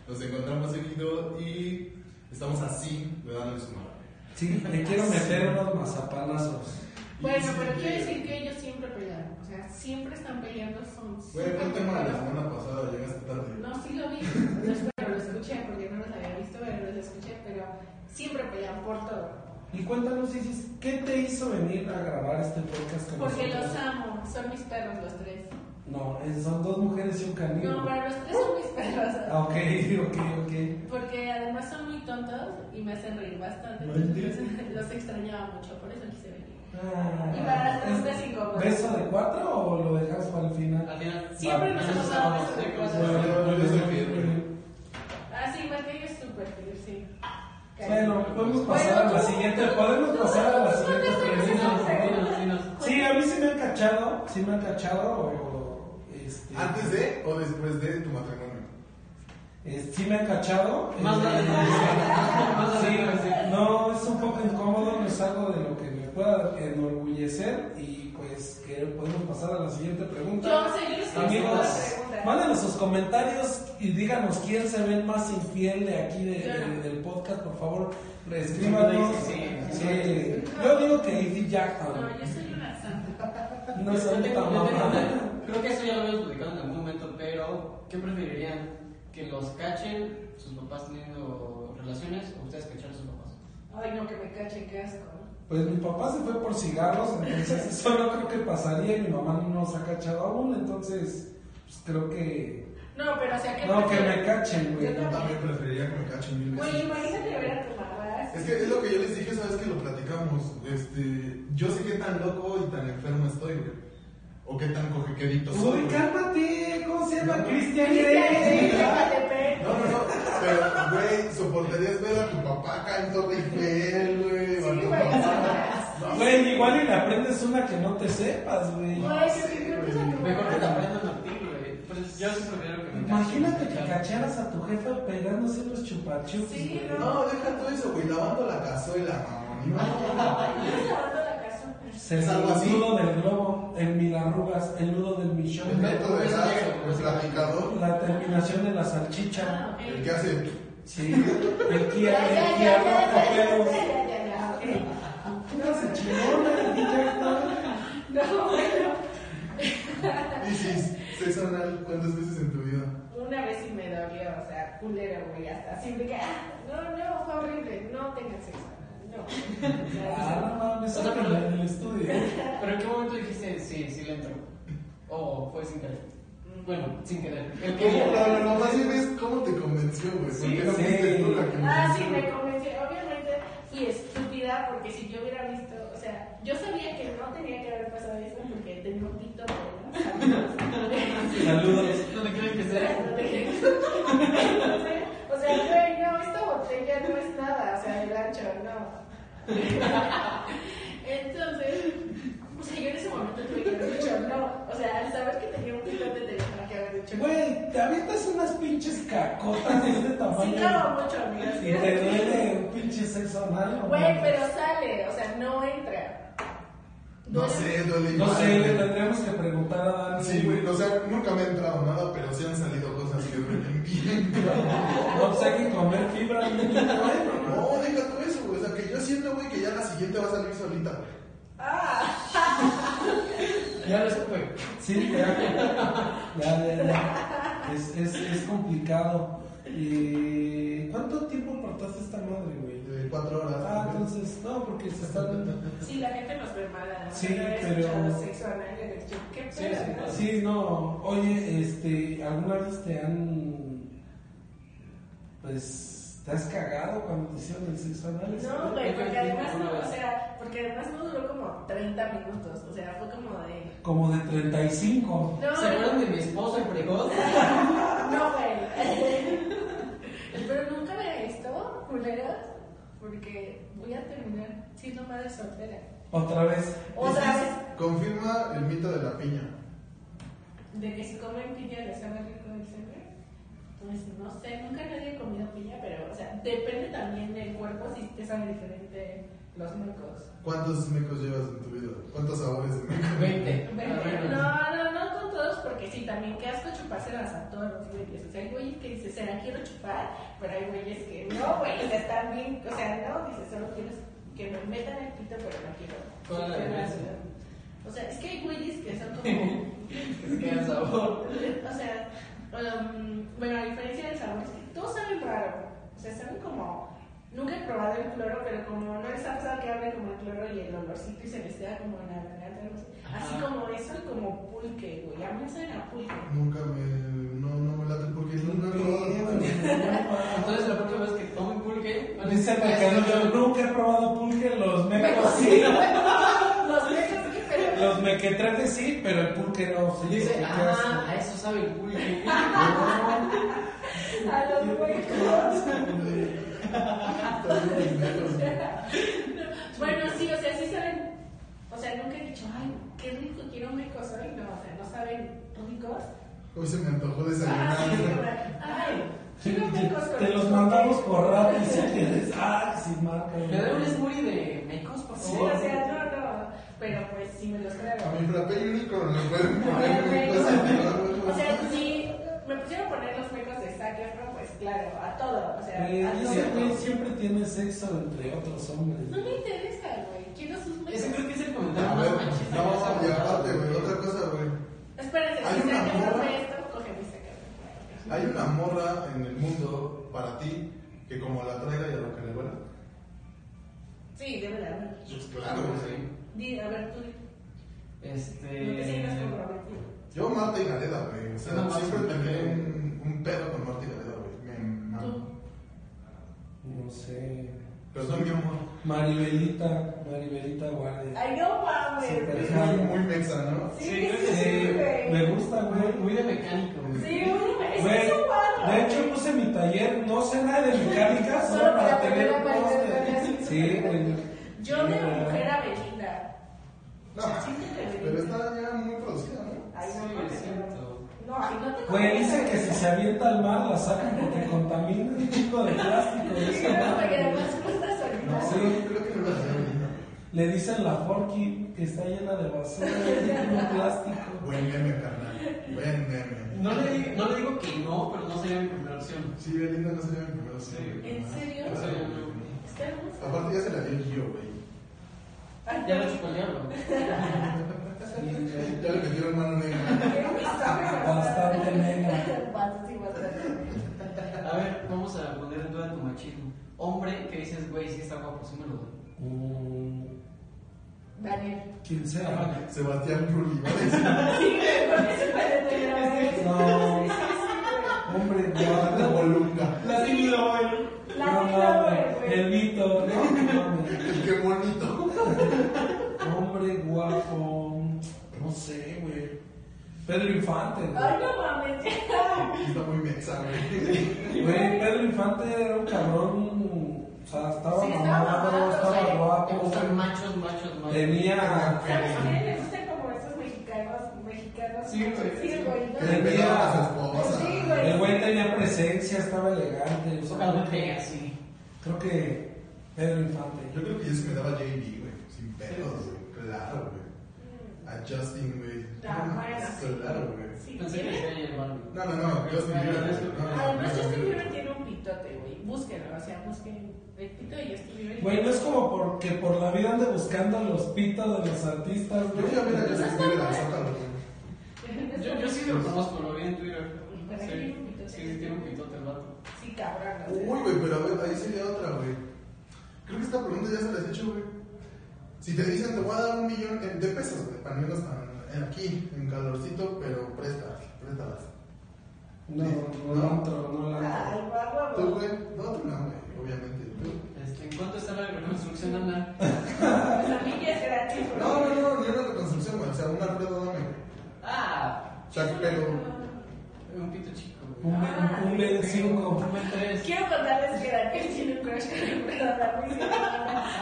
Speaker 1: Nos encontramos seguido y estamos así, le dando su mano.
Speaker 2: Sí, le quiero meter unos mazapanazos.
Speaker 3: Bueno, pero quiero decir que ellos siempre pelean. O sea, siempre están peleando. Son
Speaker 1: Güey,
Speaker 3: súper
Speaker 1: fue el tema de la
Speaker 3: peleones.
Speaker 1: semana pasada, llegaste tarde.
Speaker 3: No, sí lo vi. No, pero lo escuché porque no los había visto, pero los escuché. Pero siempre pelean por todo.
Speaker 2: Y cuéntanos, Isis, ¿qué te hizo venir a grabar este podcast con
Speaker 3: Porque
Speaker 2: nosotros?
Speaker 3: los amo, son mis perros los tres.
Speaker 2: No, es- son dos mujeres y un canino.
Speaker 3: No, para los tres son mis perros.
Speaker 2: Ah, ok, ok, ok.
Speaker 3: Porque además son muy tontos y me hacen reír bastante.
Speaker 2: Mentira.
Speaker 3: Entonces los extrañaba mucho, por eso quise venir.
Speaker 2: Ah,
Speaker 3: Y para las
Speaker 2: es-
Speaker 3: preguntas incómodas.
Speaker 2: ¿Beso de cuatro o lo dejas para el final?
Speaker 4: Al final.
Speaker 3: Siempre
Speaker 4: Vale.
Speaker 3: nos hemos dado
Speaker 4: Vamos,
Speaker 3: besos de
Speaker 4: sí,
Speaker 3: cuatro.
Speaker 4: pues, bueno.
Speaker 1: yo les doy bien.
Speaker 3: Ah, sí, Mateo es súper feliz, sí.
Speaker 2: Bueno, podemos
Speaker 3: Bueno,
Speaker 2: pasar a la
Speaker 3: tú-
Speaker 2: siguiente,
Speaker 3: tú-
Speaker 2: podemos
Speaker 3: tú-
Speaker 2: pasar a la
Speaker 3: tú- tú-
Speaker 2: siguiente
Speaker 3: tú- tú- tú-
Speaker 2: pregunta.
Speaker 3: tú- tú- tú- tú-
Speaker 4: Dinos,
Speaker 3: tú-
Speaker 2: Sí, a mí sí me han cachado, sí me han cachado, o, este,
Speaker 1: ¿Antes de o después de tu matrimonio?
Speaker 2: eh, sí me han cachado.
Speaker 4: Más
Speaker 2: eh,
Speaker 4: vale. Más
Speaker 2: Sí,
Speaker 4: vale.
Speaker 2: sí. no, es un poco incómodo, no es algo de lo que me pueda enorgullecer y pues que podemos pasar a la siguiente pregunta.
Speaker 3: Yo sé, yo les quiero hacer
Speaker 2: Amigos,
Speaker 3: una pregunta.
Speaker 2: mándenos sus comentarios y díganos quién se ve más infiel de aquí de-
Speaker 3: Yo no.
Speaker 2: de- del podcast, por favor, reescríbanos.
Speaker 4: Sí, sí, sí.
Speaker 2: Sí. Yo digo que Izzy
Speaker 3: No,
Speaker 2: Jackson,
Speaker 3: yo soy una santa.
Speaker 2: no
Speaker 4: Yo
Speaker 2: soy
Speaker 4: tengo-
Speaker 2: tan
Speaker 4: yo tengo
Speaker 2: mamada.
Speaker 4: una- Creo que eso ya lo habíamos publicado en algún momento, pero ¿qué preferirían? ¿Que los cachen sus papás teniendo relaciones o ustedes cachar a sus papás?
Speaker 3: Ay, no, que me cachen, qué asco.
Speaker 2: Pues mi papá se fue por cigarros, entonces eso no creo que pasaría y mi mamá no nos ha cachado aún, entonces pues creo que...
Speaker 3: No, pero o sea, que.
Speaker 2: No, que me cachen, güey.
Speaker 3: Yo
Speaker 1: Yo
Speaker 3: también.
Speaker 1: también preferiría que me cachen mil veces.
Speaker 3: Güey, imagínate ver a tu mamá.
Speaker 1: Es que es lo que yo les dije, sabes que lo platicamos. Este, yo sé qué tan loco y tan enfermo estoy, güey. O qué tan cojequerito soy.
Speaker 2: Uy,
Speaker 1: güey.
Speaker 2: cálmate, ¿cómo se llama?
Speaker 1: No.
Speaker 2: Cristian
Speaker 3: Cristian,
Speaker 2: Grey.
Speaker 3: sí, Ecatepec.
Speaker 1: No, no, no. Pero, güey, soportarías ver a tu papá acá en Torre Eiffel, güey. o a
Speaker 3: Sí,
Speaker 1: tu
Speaker 3: güey,
Speaker 1: mamá.
Speaker 3: no.
Speaker 1: No,
Speaker 2: Güey, igual y le aprendes una que no te sepas, güey.
Speaker 3: Güey, yo creo que es a tu
Speaker 4: Mejor que te
Speaker 3: mamá.
Speaker 4: aprendan a ti, güey. Pues yo sí prefiero que me cachen.
Speaker 2: Imagínate que cacharas a tu jefa pegándose los chupachups.
Speaker 3: Sí,
Speaker 2: güey.
Speaker 1: No, deja todo eso, güey. Lavando la cazuela, mamón. No.
Speaker 3: Estás lavando la casa.
Speaker 2: Se
Speaker 1: Es algo
Speaker 2: salió el
Speaker 1: así.
Speaker 2: nudo del globo, el milarrugas, el nudo del millón,
Speaker 1: El método de edad, el platicador,
Speaker 2: la terminación de la salchicha.
Speaker 3: Ah, ok.
Speaker 1: el que hace.
Speaker 2: Sí, el
Speaker 3: Ya,
Speaker 2: Kia,
Speaker 3: ya,
Speaker 2: el
Speaker 3: ya,
Speaker 2: Kia
Speaker 3: ya,
Speaker 2: roca,
Speaker 3: ya,
Speaker 2: pero-
Speaker 3: ya, ya, ya, ok.
Speaker 2: Pónganse chingona, el Kia,
Speaker 3: No, bueno,
Speaker 1: Dices, sexo anal, ¿cuántas veces en tu vida?
Speaker 3: una vez sí me dolió, o sea, culero, güey, hasta así de que, ah, no, no, fue horrible, no tengan sexo, no.
Speaker 2: ¿no? Ah, no mames,
Speaker 4: O sea, pero-
Speaker 2: sáquenla en el estudio.
Speaker 4: Pero en qué momento dijiste sí, sí le entró. O fue sin querer. Bueno, sin querer. El que
Speaker 1: ¿Cómo? No, no, no, más bien es cómo te convenció, güey.
Speaker 2: Sí,
Speaker 1: Porque no
Speaker 2: sí.
Speaker 1: fuiste tú la que me
Speaker 3: Ah, sí,
Speaker 1: convenció.
Speaker 3: me convenció, obviamente, y estúpida, porque si yo hubiera visto, o sea, yo sabía que no tenía que haber pasado eso porque tenía un pito, ¿no?
Speaker 2: Saludos.
Speaker 4: ¿Dónde creen que
Speaker 3: O sea,
Speaker 4: sea?
Speaker 3: no te- o sea, güey, no, esta botella no es nada, o sea, el ancho, no. Entonces, o sea, yo en ese momento tuve que haber dicho no. O sea, al saber que tenía un pilote tenía que haber dicho no.
Speaker 2: Güey, te avientas unas pinches cacotas de este
Speaker 3: Sí,
Speaker 2: tamaño.
Speaker 3: claro, mucho, amigas.
Speaker 2: Y te duele un pinche sexo anal. ¿no?
Speaker 3: Güey, pero sale, o sea, no entra.
Speaker 1: No sé, duele
Speaker 2: No
Speaker 1: igual,
Speaker 2: sé, le
Speaker 1: güey.
Speaker 2: tendríamos que preguntar a Dani.
Speaker 1: Sí, güey, o sea, nunca me ha entrado nada, pero sí han salido cosas que duelen bien.
Speaker 2: No pues hay que comer fibra. ¿no?
Speaker 1: No, deja todo eso, güey. O sea, que yo siento, güey, que ya la siguiente va a salir solita, güey.
Speaker 3: Ah,
Speaker 4: Ya lo supe.
Speaker 2: Sí, ya. Ya, ya, ya. Es, es, es complicado. Eh, ¿Cuánto tiempo cortaste esta madre, güey?
Speaker 1: De cuatro horas.
Speaker 2: Ah, entonces, no, porque se están.
Speaker 3: sí, la gente nos ve mal. ¿no?
Speaker 2: Sí,
Speaker 3: Yo he
Speaker 2: pero-
Speaker 3: escuchado sexo anal y he dicho, ¿Qué pedo?
Speaker 4: Sí, sí,
Speaker 3: no?
Speaker 2: Sí, no. Oye, este, ¿alguna vez te han. Pues. ¿Te has cagado cuando te hicieron el sexo anal?
Speaker 3: No, güey, porque además, no, o sea, porque además no duró como 30 minutos, o sea, fue como de...
Speaker 2: Como de 35.
Speaker 3: No,
Speaker 4: ¿Se acuerdan de mi esposo el precoz?
Speaker 3: no, güey. Pero nunca me esto, culeros, porque voy a terminar siendo madre soltera.
Speaker 2: Otra vez.
Speaker 3: Otra
Speaker 1: Dices,
Speaker 3: vez,
Speaker 1: Confirma el mito de la piña.
Speaker 3: de que si comen piña les sabe rico el sangre. Pues no sé, nunca nadie ha comido piña, pero, o sea, depende también del cuerpo si te saben diferente los mocos.
Speaker 1: ¿Cuántos mecos llevas en tu vida? ¿Cuántos sabores de meco?
Speaker 4: 20.
Speaker 3: No, no, no con todos, porque sí, también que asco chupárselas a todos los güeyes. O sea, hay güeyes que dices, será quiero chupar, pero hay güeyes que no, güey, o sea, están bien, o sea, no, dices, solo quiero que me metan el pito, pero no quiero.
Speaker 4: ¿Cuál es la
Speaker 3: chupar
Speaker 4: diferencia?
Speaker 3: nada". O sea, es que hay güeyes que son como.
Speaker 4: Que se queda el sabor.
Speaker 3: o sea, um, bueno, a diferencia del sabor, es que todos saben raro. O sea, saben como Nunca he probado el cloro, pero como no les ha pasado que abre como el cloro y el olorcito y se les queda como en la garganta, no sé. Así
Speaker 4: Ajá.
Speaker 3: como eso y como pulque, güey. A mí me suena a pulque.
Speaker 1: Nunca me. No, no me late porque no no he probado.
Speaker 4: Entonces, la próxima vez que tomen pulque, pues, van a
Speaker 2: Dice
Speaker 4: decir,
Speaker 2: Ricardo, yo nunca he probado pulque, los
Speaker 3: Me
Speaker 2: mecos sí.
Speaker 3: cocino. Los besos que pero.
Speaker 2: Los mequetrates sí, pero el pulque no. sí,
Speaker 4: Dice,
Speaker 2: qué
Speaker 4: ah,
Speaker 2: asco".
Speaker 4: a eso sabe el pulque.
Speaker 3: A los huecos. Bueno, sí, o sea, sí saben. O sea, nunca he dicho, ay, qué rico, quiero un meco hoy. No, o sea, no saben ricos.
Speaker 1: Hoy se me antojó
Speaker 3: Ah, sí,
Speaker 1: desayunar.
Speaker 3: verdad. ay, quiero mecos con
Speaker 2: Te los
Speaker 3: ricote.
Speaker 2: mandamos por rápido si quieres. Ah, sin marca.
Speaker 4: ¿Me da un smoothie de mecos, por
Speaker 3: Sí,
Speaker 4: favor?
Speaker 3: o
Speaker 2: Oh.
Speaker 3: sea, no, no. Pero pues sí me los traigo.
Speaker 1: A mi frappé y unicorn le pueden poner
Speaker 3: Ah, O
Speaker 1: cosas.
Speaker 3: sea, sí, me pusieron a poner los huecos de Zac Efron, pues claro, a todo, o sea,
Speaker 2: Eh,
Speaker 3: a
Speaker 2: ese güey
Speaker 3: todo.
Speaker 2: siempre tiene sexo entre otros
Speaker 3: No
Speaker 2: hombres.
Speaker 3: me interesa, güey, quiero sus
Speaker 4: Ese
Speaker 3: huecos.
Speaker 4: creo que es el comentario
Speaker 1: A
Speaker 4: más
Speaker 1: ver,
Speaker 4: machista que has
Speaker 1: no, y
Speaker 4: escuchado.
Speaker 1: aparte, güey, otra cosa, güey.
Speaker 3: Espérense,
Speaker 1: Hay
Speaker 3: si
Speaker 1: una
Speaker 3: Zac Efron
Speaker 1: morra-
Speaker 3: ve esto, coge mi Zac Efron.
Speaker 1: Hay una morra en el mundo para ti que como la traiga y a lo que le vuela.
Speaker 3: Sí, de verdad.
Speaker 1: Pues claro, güey.
Speaker 3: Di, a ver, tú,
Speaker 4: Este.
Speaker 2: Eh,
Speaker 3: no te sientas comprometido.
Speaker 1: Yo Marta y Gareda, güey. O sea,
Speaker 4: No,
Speaker 1: siempre
Speaker 4: sí.
Speaker 1: tenía un, un pedo con Marta y Gareda, güey. Me mamo.
Speaker 3: Tú,
Speaker 2: No sé.
Speaker 1: Perdón, mi amor.
Speaker 2: Maribelita, Maribelita Guardia.
Speaker 3: ay, no mames.
Speaker 2: Súper.
Speaker 1: Es muy, muy mexa, ¿no?
Speaker 3: Sí,
Speaker 4: Sí,
Speaker 3: sí,
Speaker 4: creo que
Speaker 3: sí,
Speaker 2: Eh,
Speaker 3: güey.
Speaker 2: me gusta,
Speaker 4: Muy,
Speaker 2: güey.
Speaker 4: muy de mecánico, güey.
Speaker 3: Sí, güey, es que
Speaker 2: Güey,
Speaker 3: es un guano.
Speaker 2: de hecho puse mi taller, no sé nada de mecánica, solo
Speaker 3: Solo
Speaker 2: para
Speaker 3: para
Speaker 2: tener
Speaker 3: poner la pared,
Speaker 2: poste.
Speaker 3: ¿verdad?
Speaker 2: Sí, güey.
Speaker 3: Yo de
Speaker 2: Sí, güey.
Speaker 3: mujer a Belinda.
Speaker 1: No,
Speaker 3: Sí, sí,
Speaker 1: pero
Speaker 3: sí.
Speaker 1: está ya muy producida, ¿no?
Speaker 3: Ay, no,
Speaker 4: Sí,
Speaker 3: no, no.
Speaker 4: es cierto.
Speaker 3: No, ay, no te
Speaker 2: Güey, dice
Speaker 3: conviene.
Speaker 2: que si se avienta al mar la sacan porque contamina un chico de plástico.
Speaker 3: Sí,
Speaker 2: Eso,
Speaker 3: pero porque
Speaker 2: madre.
Speaker 3: además cuesta soltar.
Speaker 1: No,
Speaker 2: Sí.
Speaker 1: creo que no lo sé.
Speaker 2: Le dicen la Forky que está llena de basura, llena de plástico.
Speaker 1: Buen meme, carnal. Buen meme.
Speaker 4: No le, di- no le digo que no, pero no sería mi primera opción.
Speaker 1: Sí, Belinda no sería mi primera opción. güey.
Speaker 3: ¿En serio?
Speaker 1: Claro,
Speaker 4: Sí.
Speaker 1: güey.
Speaker 3: Está hermosa.
Speaker 1: Aparte ya se la dio Gio, güey.
Speaker 3: Ay,
Speaker 4: Ya lo chupó el diablo.
Speaker 1: Ya le metieron mano negra.
Speaker 2: Bastante negra.
Speaker 3: Bastante, sí, bastante.
Speaker 4: A ver, vamos a poner en duda tu machismo. Hombre que dices, güey, sí está guapo, sí me lo doy.
Speaker 2: Mm,
Speaker 3: Daniel.
Speaker 2: ¿Quién sea?
Speaker 1: Sebastián Rulli, ¿vale?
Speaker 3: Sí, con ese pelo te grabé.
Speaker 2: No,
Speaker 3: Sí, sí,
Speaker 2: hombre,
Speaker 1: Levanta
Speaker 2: no.
Speaker 1: Volunca.
Speaker 4: Latino, güey.
Speaker 3: güey. La
Speaker 2: No
Speaker 3: tela,
Speaker 2: mames,
Speaker 3: güey,
Speaker 2: el
Speaker 3: güey.
Speaker 2: Vito, no mames.
Speaker 1: El que bonito.
Speaker 2: Hombre guapo, no sé, güey. Pedro Infante,
Speaker 3: Ay,
Speaker 2: güey.
Speaker 3: no mames. ya.
Speaker 1: Está muy mexa, güey.
Speaker 2: Güey, Pedro Infante era un cabrón, o sea, estaba
Speaker 3: Sí, estaba
Speaker 2: mamado,
Speaker 3: mamado,
Speaker 2: estaba
Speaker 3: güey.
Speaker 4: O
Speaker 2: guapo.
Speaker 4: sea, machos, machos, machos.
Speaker 2: Tenía
Speaker 3: ¿Sabes qué? Me gustan como esos mexicanos, mexicanos.
Speaker 4: Sí, güey.
Speaker 3: Sí, güey. ¿no?
Speaker 1: Que le pegaba a su esposa.
Speaker 3: Sí,
Speaker 2: El
Speaker 3: güey.
Speaker 2: güey tenía presencia, estaba elegante. o sea,
Speaker 4: Ojalá me pegue así.
Speaker 2: Creo que Pedro Infante.
Speaker 1: Yo creo que yo sí me daba JB, güey. Sin pedos, güey. Claro, güey. A Justin, güey.
Speaker 3: Jamás.
Speaker 1: Claro, güey.
Speaker 3: Ah, Sí,
Speaker 4: Pensé que
Speaker 3: tiene-
Speaker 4: decía ayer Barbie.
Speaker 1: No, no, no. Justin Bieber. güey. No, no,
Speaker 3: Además,
Speaker 1: no,
Speaker 3: Justin
Speaker 1: no.
Speaker 3: Bieber tiene un pitote, güey. Búsquenlo, o sea, busquen el este pito de Justin Bieber.
Speaker 2: Güey, no es como porque por la vida ande buscando los pitos de los artistas,
Speaker 1: Yo
Speaker 2: güey.
Speaker 1: fui a ver a Justin Bieber al Zócalo, güey.
Speaker 4: Yo, yo sí lo
Speaker 3: Pues,
Speaker 4: conozco, lo vi en Twitter.
Speaker 3: Pero
Speaker 4: Sí,
Speaker 3: tiene un pitote.
Speaker 4: sí, sí, tiene un pitote el vato.
Speaker 3: Sí, cabrón. o sea.
Speaker 1: Uy, güey, pero a ver, ahí sería otra, güey. Creo que esta pregunta ya se la has hecho, güey. Si te dicen, te voy a dar un millón eh, de pesos, güey, al menos ah, aquí, en calorcito, pero préstalas, préstalas.
Speaker 2: No, no la entro, no la
Speaker 3: Ay,
Speaker 2: entro.
Speaker 3: guau,
Speaker 1: Tú,
Speaker 3: guau.
Speaker 1: güey, no, tú no, güey, obviamente. Tú.
Speaker 4: Este, ¿En cuánto está la reconstrucción, Ana?
Speaker 3: La niña es gratis, güey.
Speaker 1: No, no, no, ni una reconstrucción, güey, o sea, un Alfredo Dame.
Speaker 4: Ah,
Speaker 1: O sea, pero.
Speaker 4: un pito chico, güey.
Speaker 2: Un, un, un B5.
Speaker 4: Un B3.
Speaker 3: Quiero contarles que Daniel tiene un crush con Alfredo Adame.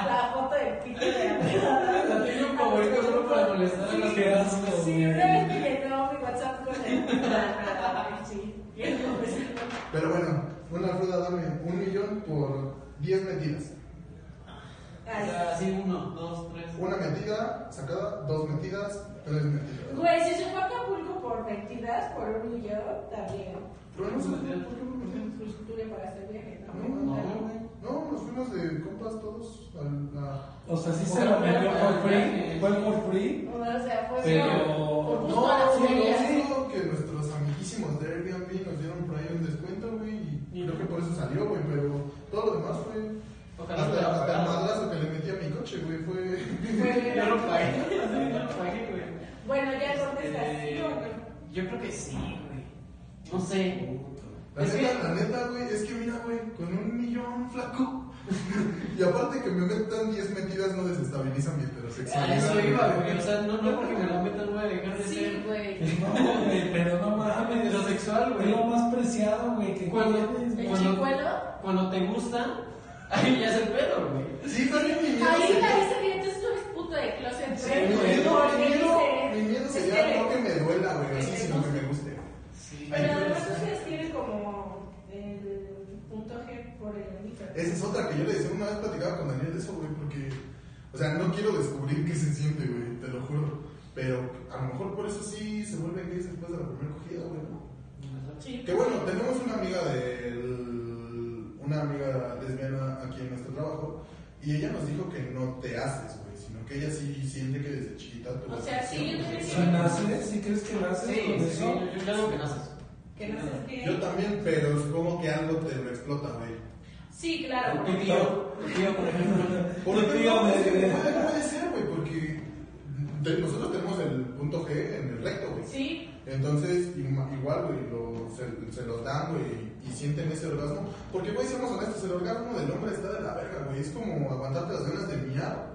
Speaker 3: La foto del pito de Alfredo Adame.
Speaker 4: La tengo como ahorita solo para molestar a las
Speaker 3: Sí,
Speaker 4: pedazos.
Speaker 3: Sí, una vez me llenó mi WhatsApp con el pito de Alfredo Adame, sí. Y él comenzó.
Speaker 1: Pero bueno, un Alfredo Dame, un millón por 10 metidas.
Speaker 4: O
Speaker 3: Ay,
Speaker 4: sea, así uno, dos, tres.
Speaker 1: Una metida sacada, dos metidas, tres metidas.
Speaker 3: Güey, si se fue a Acapulco por metidas, por un millón, también.
Speaker 1: Pero no se metidas, ¿por qué no metidas?
Speaker 3: Pues tú le pagaste el viaje,
Speaker 1: No,
Speaker 3: ¿no?
Speaker 1: no, güey. No, nos fuimos de compas todos al- a
Speaker 2: O sea, sí se lo metió por free. Fue por free.
Speaker 3: O sea, fue
Speaker 2: Pero-
Speaker 3: por
Speaker 1: No,
Speaker 3: gusto
Speaker 1: no,
Speaker 3: a la feria.
Speaker 1: no, que nuestros amiguísimos de Airbnb nos dieron por ahí un descuento, güey, y creo que por eso salió, güey, pero todo lo demás fue
Speaker 4: Ojalá
Speaker 1: Hasta,
Speaker 4: te lo
Speaker 1: hasta el
Speaker 4: pagaran.
Speaker 1: madrazo que le metí a mi coche, güey, fue.
Speaker 4: Yo lo pagué. Yo lo pagué, güey.
Speaker 3: Bueno, ya contestas.
Speaker 4: Este,
Speaker 3: ¿sí o no?
Speaker 4: Yo creo que sí, güey. No sé.
Speaker 1: La
Speaker 4: Es
Speaker 1: neta,
Speaker 4: que-
Speaker 1: la neta, güey, es que mira, güey, con un millón flaco. y aparte que me metan 10 metidas no desestabiliza mi
Speaker 4: A
Speaker 1: heterosexualidad.
Speaker 4: eso iba, güey. O
Speaker 1: güey.
Speaker 4: sea, no, no porque me lo metan, voy a dejar de
Speaker 3: Sí,
Speaker 4: ser
Speaker 3: güey.
Speaker 2: No, güey, pero no mames.
Speaker 4: heterosexual,
Speaker 2: Es
Speaker 4: güey.
Speaker 2: lo más preciado, güey, que
Speaker 4: Cuando,
Speaker 2: tienes, güey.
Speaker 3: ¿El chicuelo?
Speaker 4: cuando te gusta, ahí ya es el pedo, güey.
Speaker 1: Sí, también mi miedo.
Speaker 3: Ahí
Speaker 1: sería-
Speaker 3: la hice bien, entonces tú eres puto de closet.
Speaker 4: Sí,
Speaker 3: güey,
Speaker 1: mi miedo,
Speaker 3: porque
Speaker 1: mi miedo,
Speaker 3: dice,
Speaker 1: mi miedo
Speaker 3: es
Speaker 1: sería no que me duela, güey,
Speaker 3: es
Speaker 1: así,
Speaker 3: que
Speaker 1: sino
Speaker 3: no
Speaker 1: que
Speaker 3: sé.
Speaker 1: me guste.
Speaker 4: Sí.
Speaker 3: Pero
Speaker 1: Ay, güey,
Speaker 3: además
Speaker 1: sí.
Speaker 3: ustedes tienen como el punto G por el onífer.
Speaker 1: Esa es otra que yo le decía una vez platicaba con Daniel de eso, güey, porque, o sea, no quiero descubrir qué se siente, güey, te lo juro. Pero a lo mejor por eso sí se vuelven gays después de la primera cogida, güey, ¿no?
Speaker 3: Sí.
Speaker 1: Que bueno, tenemos una amiga del, una amiga lesbiana aquí en nuestro trabajo y ella nos dijo que no te haces, güey, sino que ella sí siente que desde chiquita tuvo
Speaker 3: O sea, sí, yo
Speaker 1: atracción,
Speaker 3: también
Speaker 1: güey.
Speaker 2: Si naces, si crees que naces
Speaker 4: Sí,
Speaker 2: con
Speaker 4: sí,
Speaker 2: eso.
Speaker 4: yo- yo creo que naces.
Speaker 3: Que no sé qué.
Speaker 1: Yo también, pero es como que algo te lo explota, güey.
Speaker 3: Sí, claro.
Speaker 4: Tu tío, tu tío, por ejemplo.
Speaker 1: Por
Speaker 2: Yo
Speaker 1: ejemplo,
Speaker 2: te digo,
Speaker 1: es que
Speaker 2: güey,
Speaker 1: puede, puede ser, güey, porque te- nosotros tenemos el punto G en el recto, güey.
Speaker 3: Sí.
Speaker 1: Entonces, im- igual, güey, lo- se, se los dan, güey, y sienten ese orgasmo. Porque, güey, seamos honestos, el orgasmo del hombre está de la verga, güey. Es como aguantarte las ganas de miar,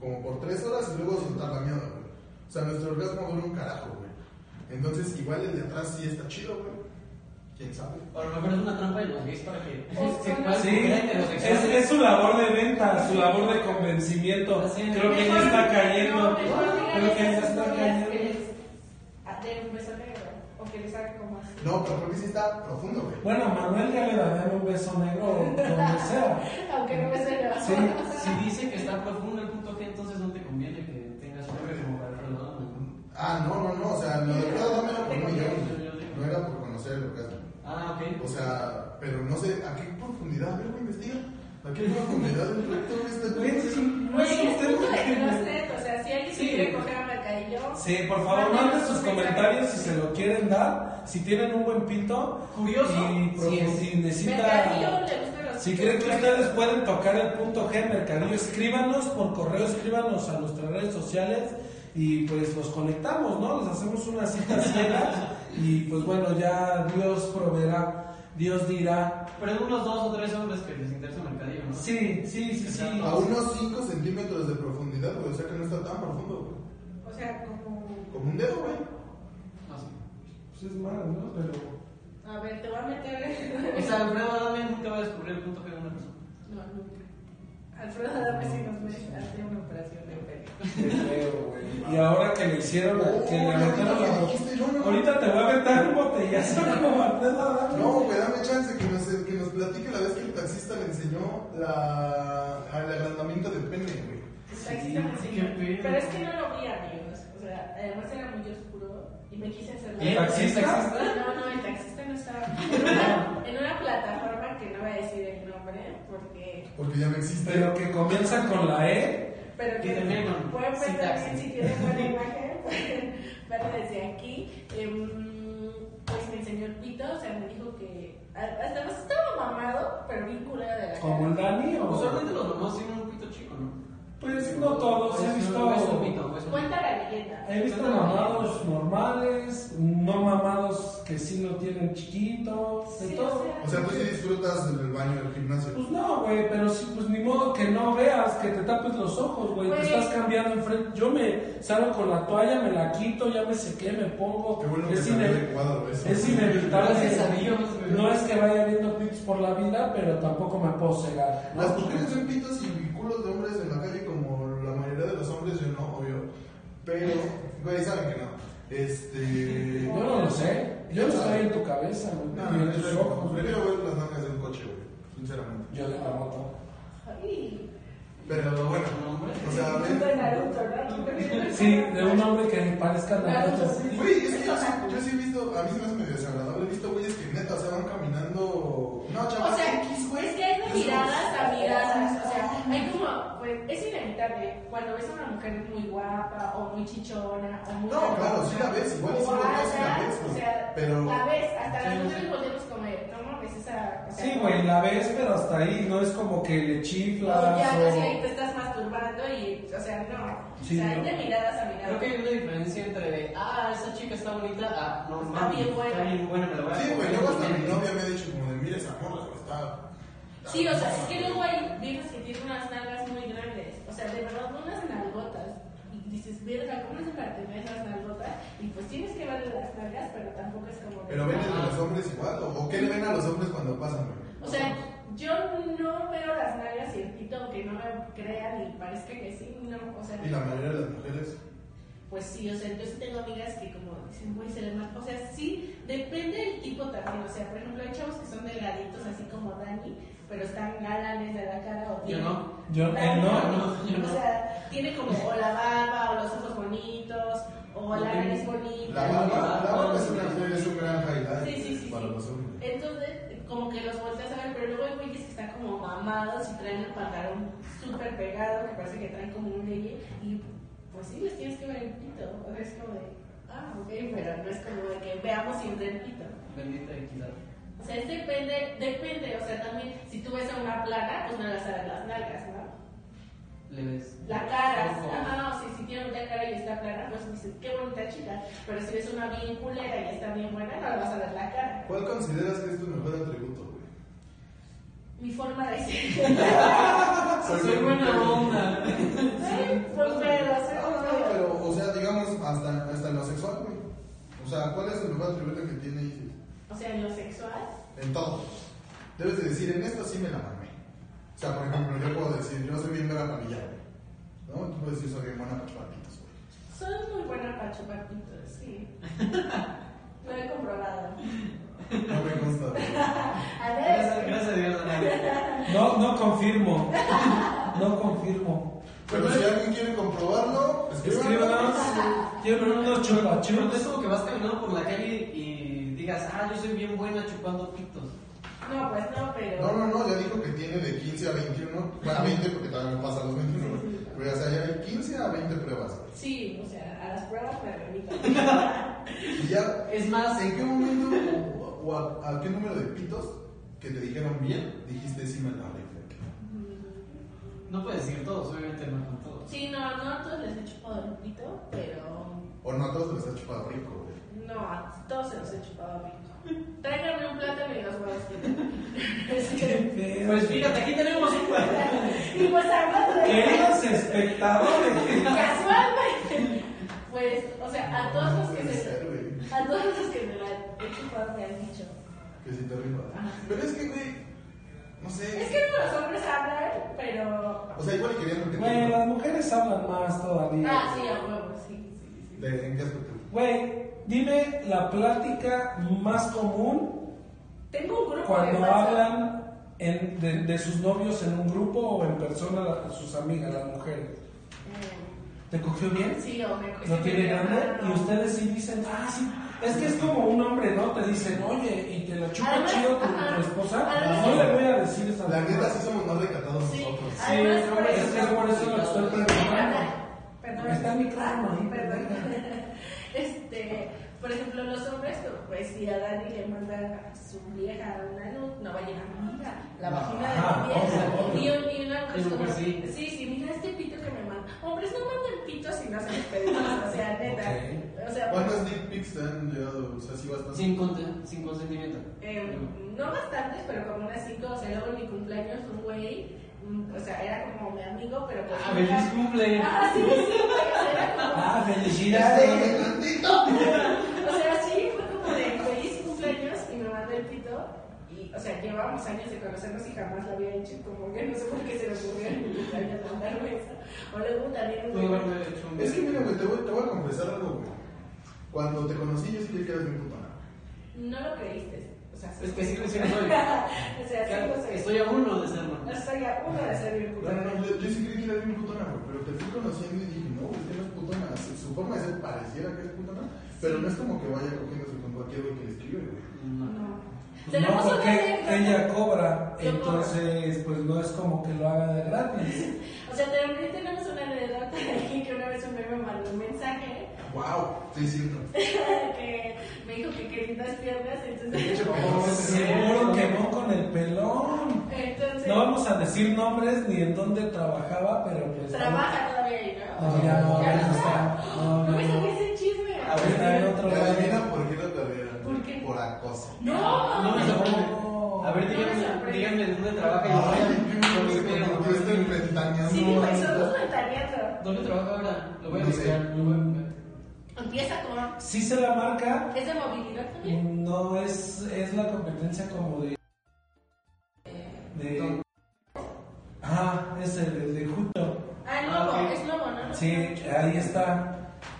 Speaker 1: como por tres horas y luego soltar la mierda, güey. O sea, nuestro orgasmo dura un carajo, güey. Entonces, igual el de atrás sí está chido, güey. ¿Quién sabe?
Speaker 4: O a lo mejor es una trampa de los gays para que
Speaker 3: O
Speaker 4: se
Speaker 3: sea,
Speaker 4: puedan
Speaker 2: Sí,
Speaker 4: coger
Speaker 2: es,
Speaker 4: heterosexuales.
Speaker 2: es su labor de venta, su labor de convencimiento.
Speaker 4: Así es.
Speaker 2: Creo que ya está cayendo.
Speaker 3: No, mejor
Speaker 2: Creo que
Speaker 3: díganle
Speaker 2: ya
Speaker 3: a sus
Speaker 2: está
Speaker 3: novias que
Speaker 2: cayendo.
Speaker 3: les- a- den un beso negro. O que les haga como así.
Speaker 1: No, pero creo que sí está profundo, güey.
Speaker 2: Bueno, Manuel ya le daría un beso negro donde sea.
Speaker 3: Aunque no me se lo
Speaker 2: Sí,
Speaker 4: Si dice que está profundo el punto G, entonces no te conviene que tengas un hombre como para Alfredo, ¿no?
Speaker 1: Ah, no, no, no, o sea, lo de pedo dámelo por un millón.
Speaker 4: Yo-
Speaker 1: No era por conocer el orgasmo.
Speaker 4: Ah, ok.
Speaker 1: O sea, pero no sé, ¿a qué profundidad? A ver, güey, investiga. ¿A qué profundidad del recto este está
Speaker 2: Güey, es un- no
Speaker 3: Güey,
Speaker 2: es un
Speaker 3: es punto de
Speaker 2: tema.
Speaker 3: closet. O sea, si alguien se
Speaker 2: Sí.
Speaker 3: quiere coger a Mercadillo.
Speaker 2: Sí, por favor, manden sus comentarios si se lo quieren dar. Si tienen un buen pinto.
Speaker 4: Curioso,
Speaker 2: Y, pro-
Speaker 4: sí es.
Speaker 2: si necesita.
Speaker 3: Mercadillo le gustan los
Speaker 2: Si creen que
Speaker 3: chicos.
Speaker 2: ustedes pueden tocar el punto G Mercadillo, escríbanos por correo, escríbanos a nuestras redes sociales y pues los conectamos, ¿no? Les hacemos unas citas ciegas y pues bueno, ya Dios proveerá, Dios dirá.
Speaker 4: Pero hay unos dos o tres hombres que les interesa el mercadillo, ¿no?
Speaker 2: Sí, sí, sí, sí.
Speaker 1: A unos 5 centímetros de profundidad, güey, o sea que no está tan profundo, güey.
Speaker 3: O sea, como.
Speaker 1: Como un dedo, güey.
Speaker 4: No sé.
Speaker 2: Pues es malo, ¿no? Pero.
Speaker 3: A ver, te voy a meter.
Speaker 4: O sea, Alfredo Adame nunca va a descubrir el punto G de una persona.
Speaker 3: No, nunca. Alfredo Adame sí nos ve hacer una operación de pelo.
Speaker 2: qué feo, güey. Y ahora que le hicieron, que le
Speaker 1: Oh,
Speaker 2: metieron
Speaker 1: ahorita
Speaker 2: la-
Speaker 1: que dijiste, yo no-
Speaker 2: Ahorita te voy a meter un botellazo como Arteta Adame.
Speaker 1: No, güey, dame chance que nos, que nos platique la vez que el taxista le enseñó la, el agrandamiento del pene, güey.
Speaker 3: Está extraño,
Speaker 4: Sí,
Speaker 3: señor.
Speaker 4: qué pedo.
Speaker 3: Pero es que no lo vi, amigos. O sea, además era muy oscuro y me quise hacer la-
Speaker 2: ¿El taxista?
Speaker 3: No, no, el taxista no estaba. En una, en una plataforma que no voy a decir el nombre porque.
Speaker 1: Porque ya no existe.
Speaker 2: Pero que comienza con la E.
Speaker 3: Pero que
Speaker 4: Y también con
Speaker 3: pueden
Speaker 4: sí,
Speaker 3: ver
Speaker 4: taxi.
Speaker 3: también si tienen buena imagen, pueden verlo desde aquí. Em, pues me enseñó el pito, o sea, me dijo que. a- Hasta no estaba mamado, pero bien curada de la
Speaker 2: Como
Speaker 3: cara.
Speaker 2: el Dani o.
Speaker 4: Usualmente los mamás tienen un pito chico, ¿no?
Speaker 2: Pues no todos, he
Speaker 4: Es un
Speaker 2: visto.
Speaker 4: pito, pues.
Speaker 3: Cuenta la leyenda.
Speaker 2: He visto mamados normales, no mamados que sí lo tienen chiquito, de
Speaker 3: Sí,
Speaker 2: todo.
Speaker 1: O sea, tú sí disfrutas del baño del gimnasio.
Speaker 2: Pues no, güey, pero sí, pues ni modo que no veas, que te tapes los ojos, güey, te
Speaker 3: Güey.
Speaker 2: estás cambiando enfrente. Yo me salgo con la toalla, me la quito, ya me sequé, me pongo.
Speaker 1: Qué bueno que
Speaker 2: es,
Speaker 1: salió
Speaker 2: ine-
Speaker 1: de cuadro eso.
Speaker 2: es inevitable.
Speaker 4: Gracias a Dios, güey.
Speaker 2: no es que vaya viendo pics por la vida, pero tampoco me puedo cegar. ¿no?
Speaker 1: Las mujeres ven pitos y culos de hombres en la calle como la mayoría de los hombres, yo no, obvio. Pero, güey, saben que no. Este.
Speaker 2: Yo no lo sé, yo no estoy en tu cabeza, güey,
Speaker 1: No,
Speaker 2: ni
Speaker 1: no,
Speaker 2: en tus ojos,
Speaker 1: yo
Speaker 2: güey.
Speaker 1: prefiero ver las marcas de un coche, güey, sinceramente.
Speaker 2: Yo de la moto.
Speaker 3: Ay,
Speaker 1: Pero bueno, o sea,
Speaker 3: un de
Speaker 1: ven.
Speaker 3: Naruto, ¿no?
Speaker 2: Sí, de un hombre que parezca Naruto.
Speaker 1: Güey, es que yo sí, yo sí he visto, a mí se me hace medio desagradable. He visto güeyes que neta, o sea, van caminando. No,
Speaker 3: O
Speaker 1: chavales,
Speaker 3: sea,
Speaker 1: X, güey.
Speaker 3: es que hay de miradas a miradas, o sea, hay como, pues es inevitable. Cuando ves a una mujer muy guapa o muy chichona o muy.
Speaker 1: No, claro, sí la ves, igual y sí
Speaker 3: o
Speaker 1: la ves, sí la
Speaker 3: alta,
Speaker 1: ves,
Speaker 3: O sea,
Speaker 1: pero-
Speaker 3: la ves, hasta
Speaker 4: Sí.
Speaker 3: las mujeres podemos comer. No mames, esa. o sea,
Speaker 2: Sí, güey, la ves, pero hasta ahí, no es como que le chiflas
Speaker 3: Ya
Speaker 2: o-
Speaker 3: casi ahí te estás masturbando y, o sea, no.
Speaker 2: Sí,
Speaker 3: o sea,
Speaker 2: no.
Speaker 3: es de miradas a
Speaker 4: Creo
Speaker 3: miradas.
Speaker 4: que hay una diferencia entre, ah, esa chica está bonita, ah, no
Speaker 3: Está
Speaker 4: mames,
Speaker 3: bien buena.
Speaker 4: Está bien buena, me la voy a
Speaker 1: Sí, güey,
Speaker 4: comer.
Speaker 1: luego hasta mi novia me ha dicho como de, mira esa morra, güey, está... está
Speaker 3: Sí, o sea,
Speaker 1: hermosa,
Speaker 3: es que
Speaker 1: güey".
Speaker 3: luego hay viejas que tienen unas nalgas muy grandes. O sea, de verdad, unas nalgotas. Y dices, verga, ¿cómo hacen para tener esas nalgotas? Y pues tienes que verle las nalgas, pero tampoco es como.
Speaker 1: Pero ven a los hombres igual, ¿o o qué le ven a los hombres cuando pasan, güey?
Speaker 3: O sea, yo no veo las nalgas y el pito, aunque no me crean y parezca que sí, no, o sea,
Speaker 1: Y la mayoría de las mujeres...
Speaker 3: pues sí, o sea, yo sí tengo amigas que como dicen, güey, se le marca, o sea, sí, depende del tipo también, o sea, por ejemplo, hay chavos que son delgaditos, así como Dani, pero están galanes de la cara o
Speaker 4: Yo
Speaker 3: tienen-
Speaker 4: no.
Speaker 2: Yo-
Speaker 3: Dani,
Speaker 2: él no,
Speaker 4: no, yo no.
Speaker 3: O sea, tiene como o la barba, o los ojos bonitos, o la
Speaker 4: Ok.
Speaker 3: nariz bonita.
Speaker 1: La barba, la barba es, una,
Speaker 4: Sí.
Speaker 1: es un gran highlight
Speaker 3: Sí, sí, sí.
Speaker 1: para
Speaker 3: sí.
Speaker 1: los hombres.
Speaker 3: Entonces, como que los volteas a ver, pero luego hay güeyes que están como mamados y traen el pantalón súper pegado, que parece que traen como un ley, y pues sí, les tienes que ver el pito. O sea, es como de, ah, ok, pero no es como de que veamos siempre el pito.
Speaker 4: Bendita equidad.
Speaker 3: O sea, es depende, depende, o sea, también, si tú ves a una plana, pues no le vas a ver las nalgas, ¿no?
Speaker 4: Le ves.
Speaker 3: La cara,
Speaker 4: Ojo.
Speaker 3: ajá, o sea, si tiene una cara y está plana, pues dices, qué bonita chica, pero si ves una bien culera y está bien buena, no le vas a ver la cara.
Speaker 1: ¿Cuál consideras que es tu mejor atributo, güey?
Speaker 3: Mi forma de ser.
Speaker 4: Soy, buena onda.
Speaker 3: Ay, pues, pero, o sea,
Speaker 1: Ah, No, no, pero, o sea, digamos, hasta, hasta en lo sexual, güey. O sea, ¿cuál es el mejor atributo que tiene Isis?
Speaker 3: O sea, en lo sexual.
Speaker 1: En todos. Debes de decir, en esto sí me la mamé. O sea, por ejemplo, yo puedo decir, yo soy bien buena panilla, güey. ¿No? Tú puedes decir, soy bien buena pachupapitos, güey.
Speaker 3: Soy muy buena para chupar pitos, sí. Lo he comprobado.
Speaker 1: No me consta, güey.
Speaker 3: A
Speaker 4: Gracias,
Speaker 3: ver.
Speaker 4: gracias a Dios, Ana.
Speaker 2: No, no confirmo. No confirmo.
Speaker 1: Pero si alguien quiere comprobarlo,
Speaker 2: Escríbanos.
Speaker 1: escríbanos.
Speaker 2: Tienen unos
Speaker 4: Pero no es
Speaker 2: chupachups.
Speaker 4: como que vas caminando por la calle y digas, ah, yo soy bien buena chupando pitos.
Speaker 3: No, pues no,
Speaker 1: No,
Speaker 3: pero.
Speaker 1: no, no, ya dijo que tiene de 15 a 21, bueno, 20 porque todavía no pasa los 21,
Speaker 3: Sí, sí.
Speaker 1: pero ya sea, ya hay 15 a 20 pruebas.
Speaker 3: Sí, o sea, a las pruebas me remito.
Speaker 1: Y ya,
Speaker 4: Es más,
Speaker 1: ¿en qué momento o, o a, a qué número de pitos que te dijeron bien dijiste sí me la rifé"?
Speaker 4: no puedes decir todos, obviamente no con todos.
Speaker 3: Sí, no, no a todos les he chupado el pito, pero.
Speaker 1: O no, a todos les ha chupado rico, güey.
Speaker 3: No, a todos se los he chupado pito. Tráiganme un plátano y los huevos que tengo. Es que-
Speaker 4: Pues fíjate, aquí tenemos un
Speaker 3: Y pues hablando de.
Speaker 2: Queridos espectadores.
Speaker 3: Casualmente. Pues, o sea, a todos los que
Speaker 1: Puede
Speaker 3: se.
Speaker 1: ser, güey,
Speaker 3: A todos los que me la he chupado me han dicho.
Speaker 1: que sí te rifas. Pero es que, güey, no
Speaker 3: Ah. Es
Speaker 1: sé,
Speaker 3: que los hombres hablan, pero.
Speaker 1: o sea, igual y querían repetir.
Speaker 2: Güey, las mujeres hablan más todavía.
Speaker 3: Ah, sí, a huevo, sí, sí, sí.
Speaker 1: ¿De en qué aspecto?
Speaker 2: Güey, dime la plática más común
Speaker 3: Tengo un grupo de
Speaker 2: cuando
Speaker 3: WhatsApp.
Speaker 2: hablan en- de, de sus novios en un grupo o en persona la- sus amigas, las mujeres. ¿Te cogió bien?
Speaker 3: Eh, Sí, o me
Speaker 2: No tiene grande y ustedes sí dicen, ah, sí. Es que es como un hombre, ¿no? Te dicen, oye, y te la chupa
Speaker 3: Además,
Speaker 2: chido tu,
Speaker 3: ajá.
Speaker 2: tu esposa.
Speaker 3: Además,
Speaker 2: no le voy a decir esa
Speaker 1: La neta sí
Speaker 2: cosa.
Speaker 1: somos más recatados
Speaker 3: Sí.
Speaker 1: nosotros.
Speaker 2: Sí,
Speaker 3: Además, por
Speaker 2: hombre, es que es
Speaker 3: eso-
Speaker 2: por eso lo estoy preguntando.
Speaker 3: Perdón.
Speaker 2: Está mi clama ahí.
Speaker 3: Perdón. Este, por ejemplo, los hombres, pues si a Dani le manda a su vieja una luz, no va a llegar nunca. La vagina
Speaker 2: Ajá,
Speaker 3: de mi
Speaker 2: obvio,
Speaker 3: vieja. Y, y una mujer
Speaker 4: Sí,
Speaker 3: como,
Speaker 4: pues,
Speaker 3: sí.
Speaker 4: sí.
Speaker 3: sí, mira este pito que me manda. Hombres no manden pitos si no se les pedimos, o sea, neta.
Speaker 2: Ok.
Speaker 3: O sea,
Speaker 1: ¿Cuántas dick pics te han llegado? O sea, sí bastante.
Speaker 4: Sin, conte- sin consentimiento.
Speaker 3: Eh, no bastantes, pero como unas cinco. O sea, luego en mi cumpleaños, un güey, mm, o sea, era como mi amigo, pero pues.
Speaker 4: Ah,
Speaker 3: nunca-
Speaker 4: feliz cumple.
Speaker 3: Ah, sí, sí, güey, era como.
Speaker 2: Ah,
Speaker 1: ¡Dale,
Speaker 2: felicidades. Pues
Speaker 1: tantito!
Speaker 3: O sea, sí, fue como de feliz cumpleaños y me mandó el pito. Y, o sea, llevábamos años de conocernos y jamás lo había hecho. Como que no sé por qué se le ocurrió en mi cumpleaños mandarme eso. O luego también un
Speaker 4: Muy
Speaker 3: güey-
Speaker 4: bueno, de hecho, un-
Speaker 1: Es que mira, güey, te voy, te voy a confesar algo, güey. Cuando te conocí, yo sí creí que eras bien putona.
Speaker 3: No lo creíste. O sea,
Speaker 4: Es que sí lo hicieron hoy.
Speaker 3: o sea, sí lo
Speaker 4: Claro,
Speaker 3: soy.
Speaker 4: Estoy a uno de serlo.
Speaker 3: Estoy a uno de ser bien
Speaker 1: No, no,
Speaker 3: cumpleaños.
Speaker 1: no, yo, yo sí creí que eras bien putona, güey. Pero te fui conociendo y dije, no, güey, es que no es putona. Su, su forma de ser pareciera que es putona, pero no es como que vaya cogiéndose con cualquier güey que le escribe, güey.
Speaker 4: No.
Speaker 3: No. Tenemos
Speaker 2: no
Speaker 3: una
Speaker 2: porque
Speaker 3: anécdota.
Speaker 2: ella cobra,
Speaker 3: Yo cobro.
Speaker 2: entonces pues no es como que lo haga de gratis.
Speaker 3: O sea, también tenemos una anécdota de alguien que una vez un meme mandó un mensaje
Speaker 1: ¡Wow! Sí, es cierto.
Speaker 3: que me dijo que qué lindas piernas,
Speaker 1: De hecho,
Speaker 3: entonces...
Speaker 1: como
Speaker 2: Seguro quemó con el pelón.
Speaker 3: entonces
Speaker 2: No vamos a decir nombres ni en dónde trabajaba, pero pues...
Speaker 3: Trabaja todavía ahí, ¿no?
Speaker 2: No, ya no, ya no está.
Speaker 3: No,
Speaker 2: No, no,
Speaker 3: Pues me
Speaker 2: no.
Speaker 3: saques el chisme.
Speaker 2: A ver, está en otro lado.
Speaker 1: Adivina por qué lo perdieron.
Speaker 3: ¿Por qué?
Speaker 1: Por acoso.
Speaker 3: No,
Speaker 4: No me sorprende.
Speaker 2: No.
Speaker 4: A ver,
Speaker 3: No me
Speaker 4: díganme,
Speaker 3: sorprende.
Speaker 4: díganme de dónde trabaja
Speaker 1: Ay, qué
Speaker 4: y
Speaker 1: Ah, bueno, se convirtió esto en ventaneando.
Speaker 3: Sí, dijo, y somos ventaneando.
Speaker 4: ¿Dónde trabaja ahora? Lo voy a
Speaker 1: No sé.
Speaker 4: buscar. lo voy a-
Speaker 3: Empieza con...
Speaker 2: Sí se la marca,
Speaker 3: ¿Es de movilidad también?
Speaker 2: no es, es la competencia como de... de ah, es el, el de Juto.
Speaker 3: Ah,
Speaker 4: Ah,
Speaker 3: lobo,
Speaker 4: ok.
Speaker 3: es lobo, ¿no?
Speaker 2: Sí, ahí está.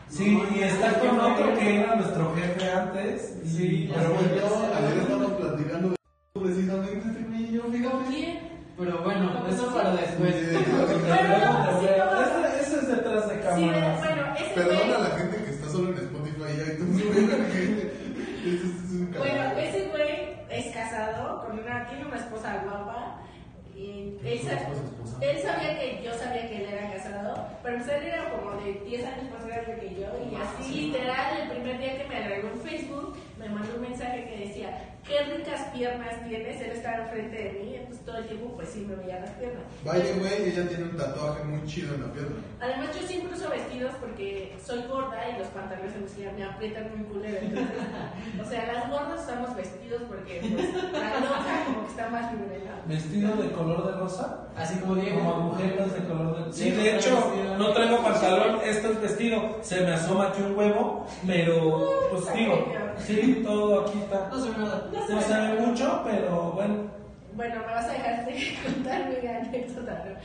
Speaker 2: Sí, y está con otro que era nuestro jefe antes. Sí,
Speaker 1: Pero bueno, ayer estamos platicando de precisamente este güey y yo,
Speaker 3: ¿Con
Speaker 1: fíjate.
Speaker 3: quién?
Speaker 4: Pero bueno, eso para después.
Speaker 3: Pero no, sí, no.
Speaker 2: Eso es detrás de
Speaker 3: Sí,
Speaker 2: cámaras.
Speaker 3: bueno, ese
Speaker 1: Perdona a
Speaker 3: güey...
Speaker 1: la gente que está solo en Spotify y iTunes, güey, porque esto es un
Speaker 3: Bueno, eh.
Speaker 1: canal.
Speaker 3: ese güey es casado con una... Tiene una esposa guapa. Y él, sa-
Speaker 1: ¿Cómo se esposa?
Speaker 3: él sabía que yo sabía que él era casado, pero pues él era como de 10 años más grande que yo y así literal el primer día que me agregó en Facebook me mandó un mensaje que decía, qué ricas piernas tienes, él estaba enfrente de mí, entonces todo el tiempo pues sí me veía las piernas.
Speaker 1: Vaya, güey, ella tiene un tatuaje muy chido en la pierna.
Speaker 3: Además yo siempre uso vestidos porque soy gorda y los pantalones se me, sí me aprietan muy culero. entonces, o sea, las gordas usamos vestidos porque pues, la loca como que está más nivelada.
Speaker 2: Vestido de color de rosa.
Speaker 4: Así como pues, Diego.
Speaker 2: Como agujetas de color de... Sí,
Speaker 4: Sí,
Speaker 2: de hecho,
Speaker 4: sí.
Speaker 2: no traigo pantalón, esto es vestido. Se me asoma aquí un huevo, pero pues digo, sí, todo aquí está.
Speaker 4: No sé nada.
Speaker 2: No sabe mucho, pero bueno.
Speaker 3: Bueno, me vas a dejar de contar mi anécdota, ¿no?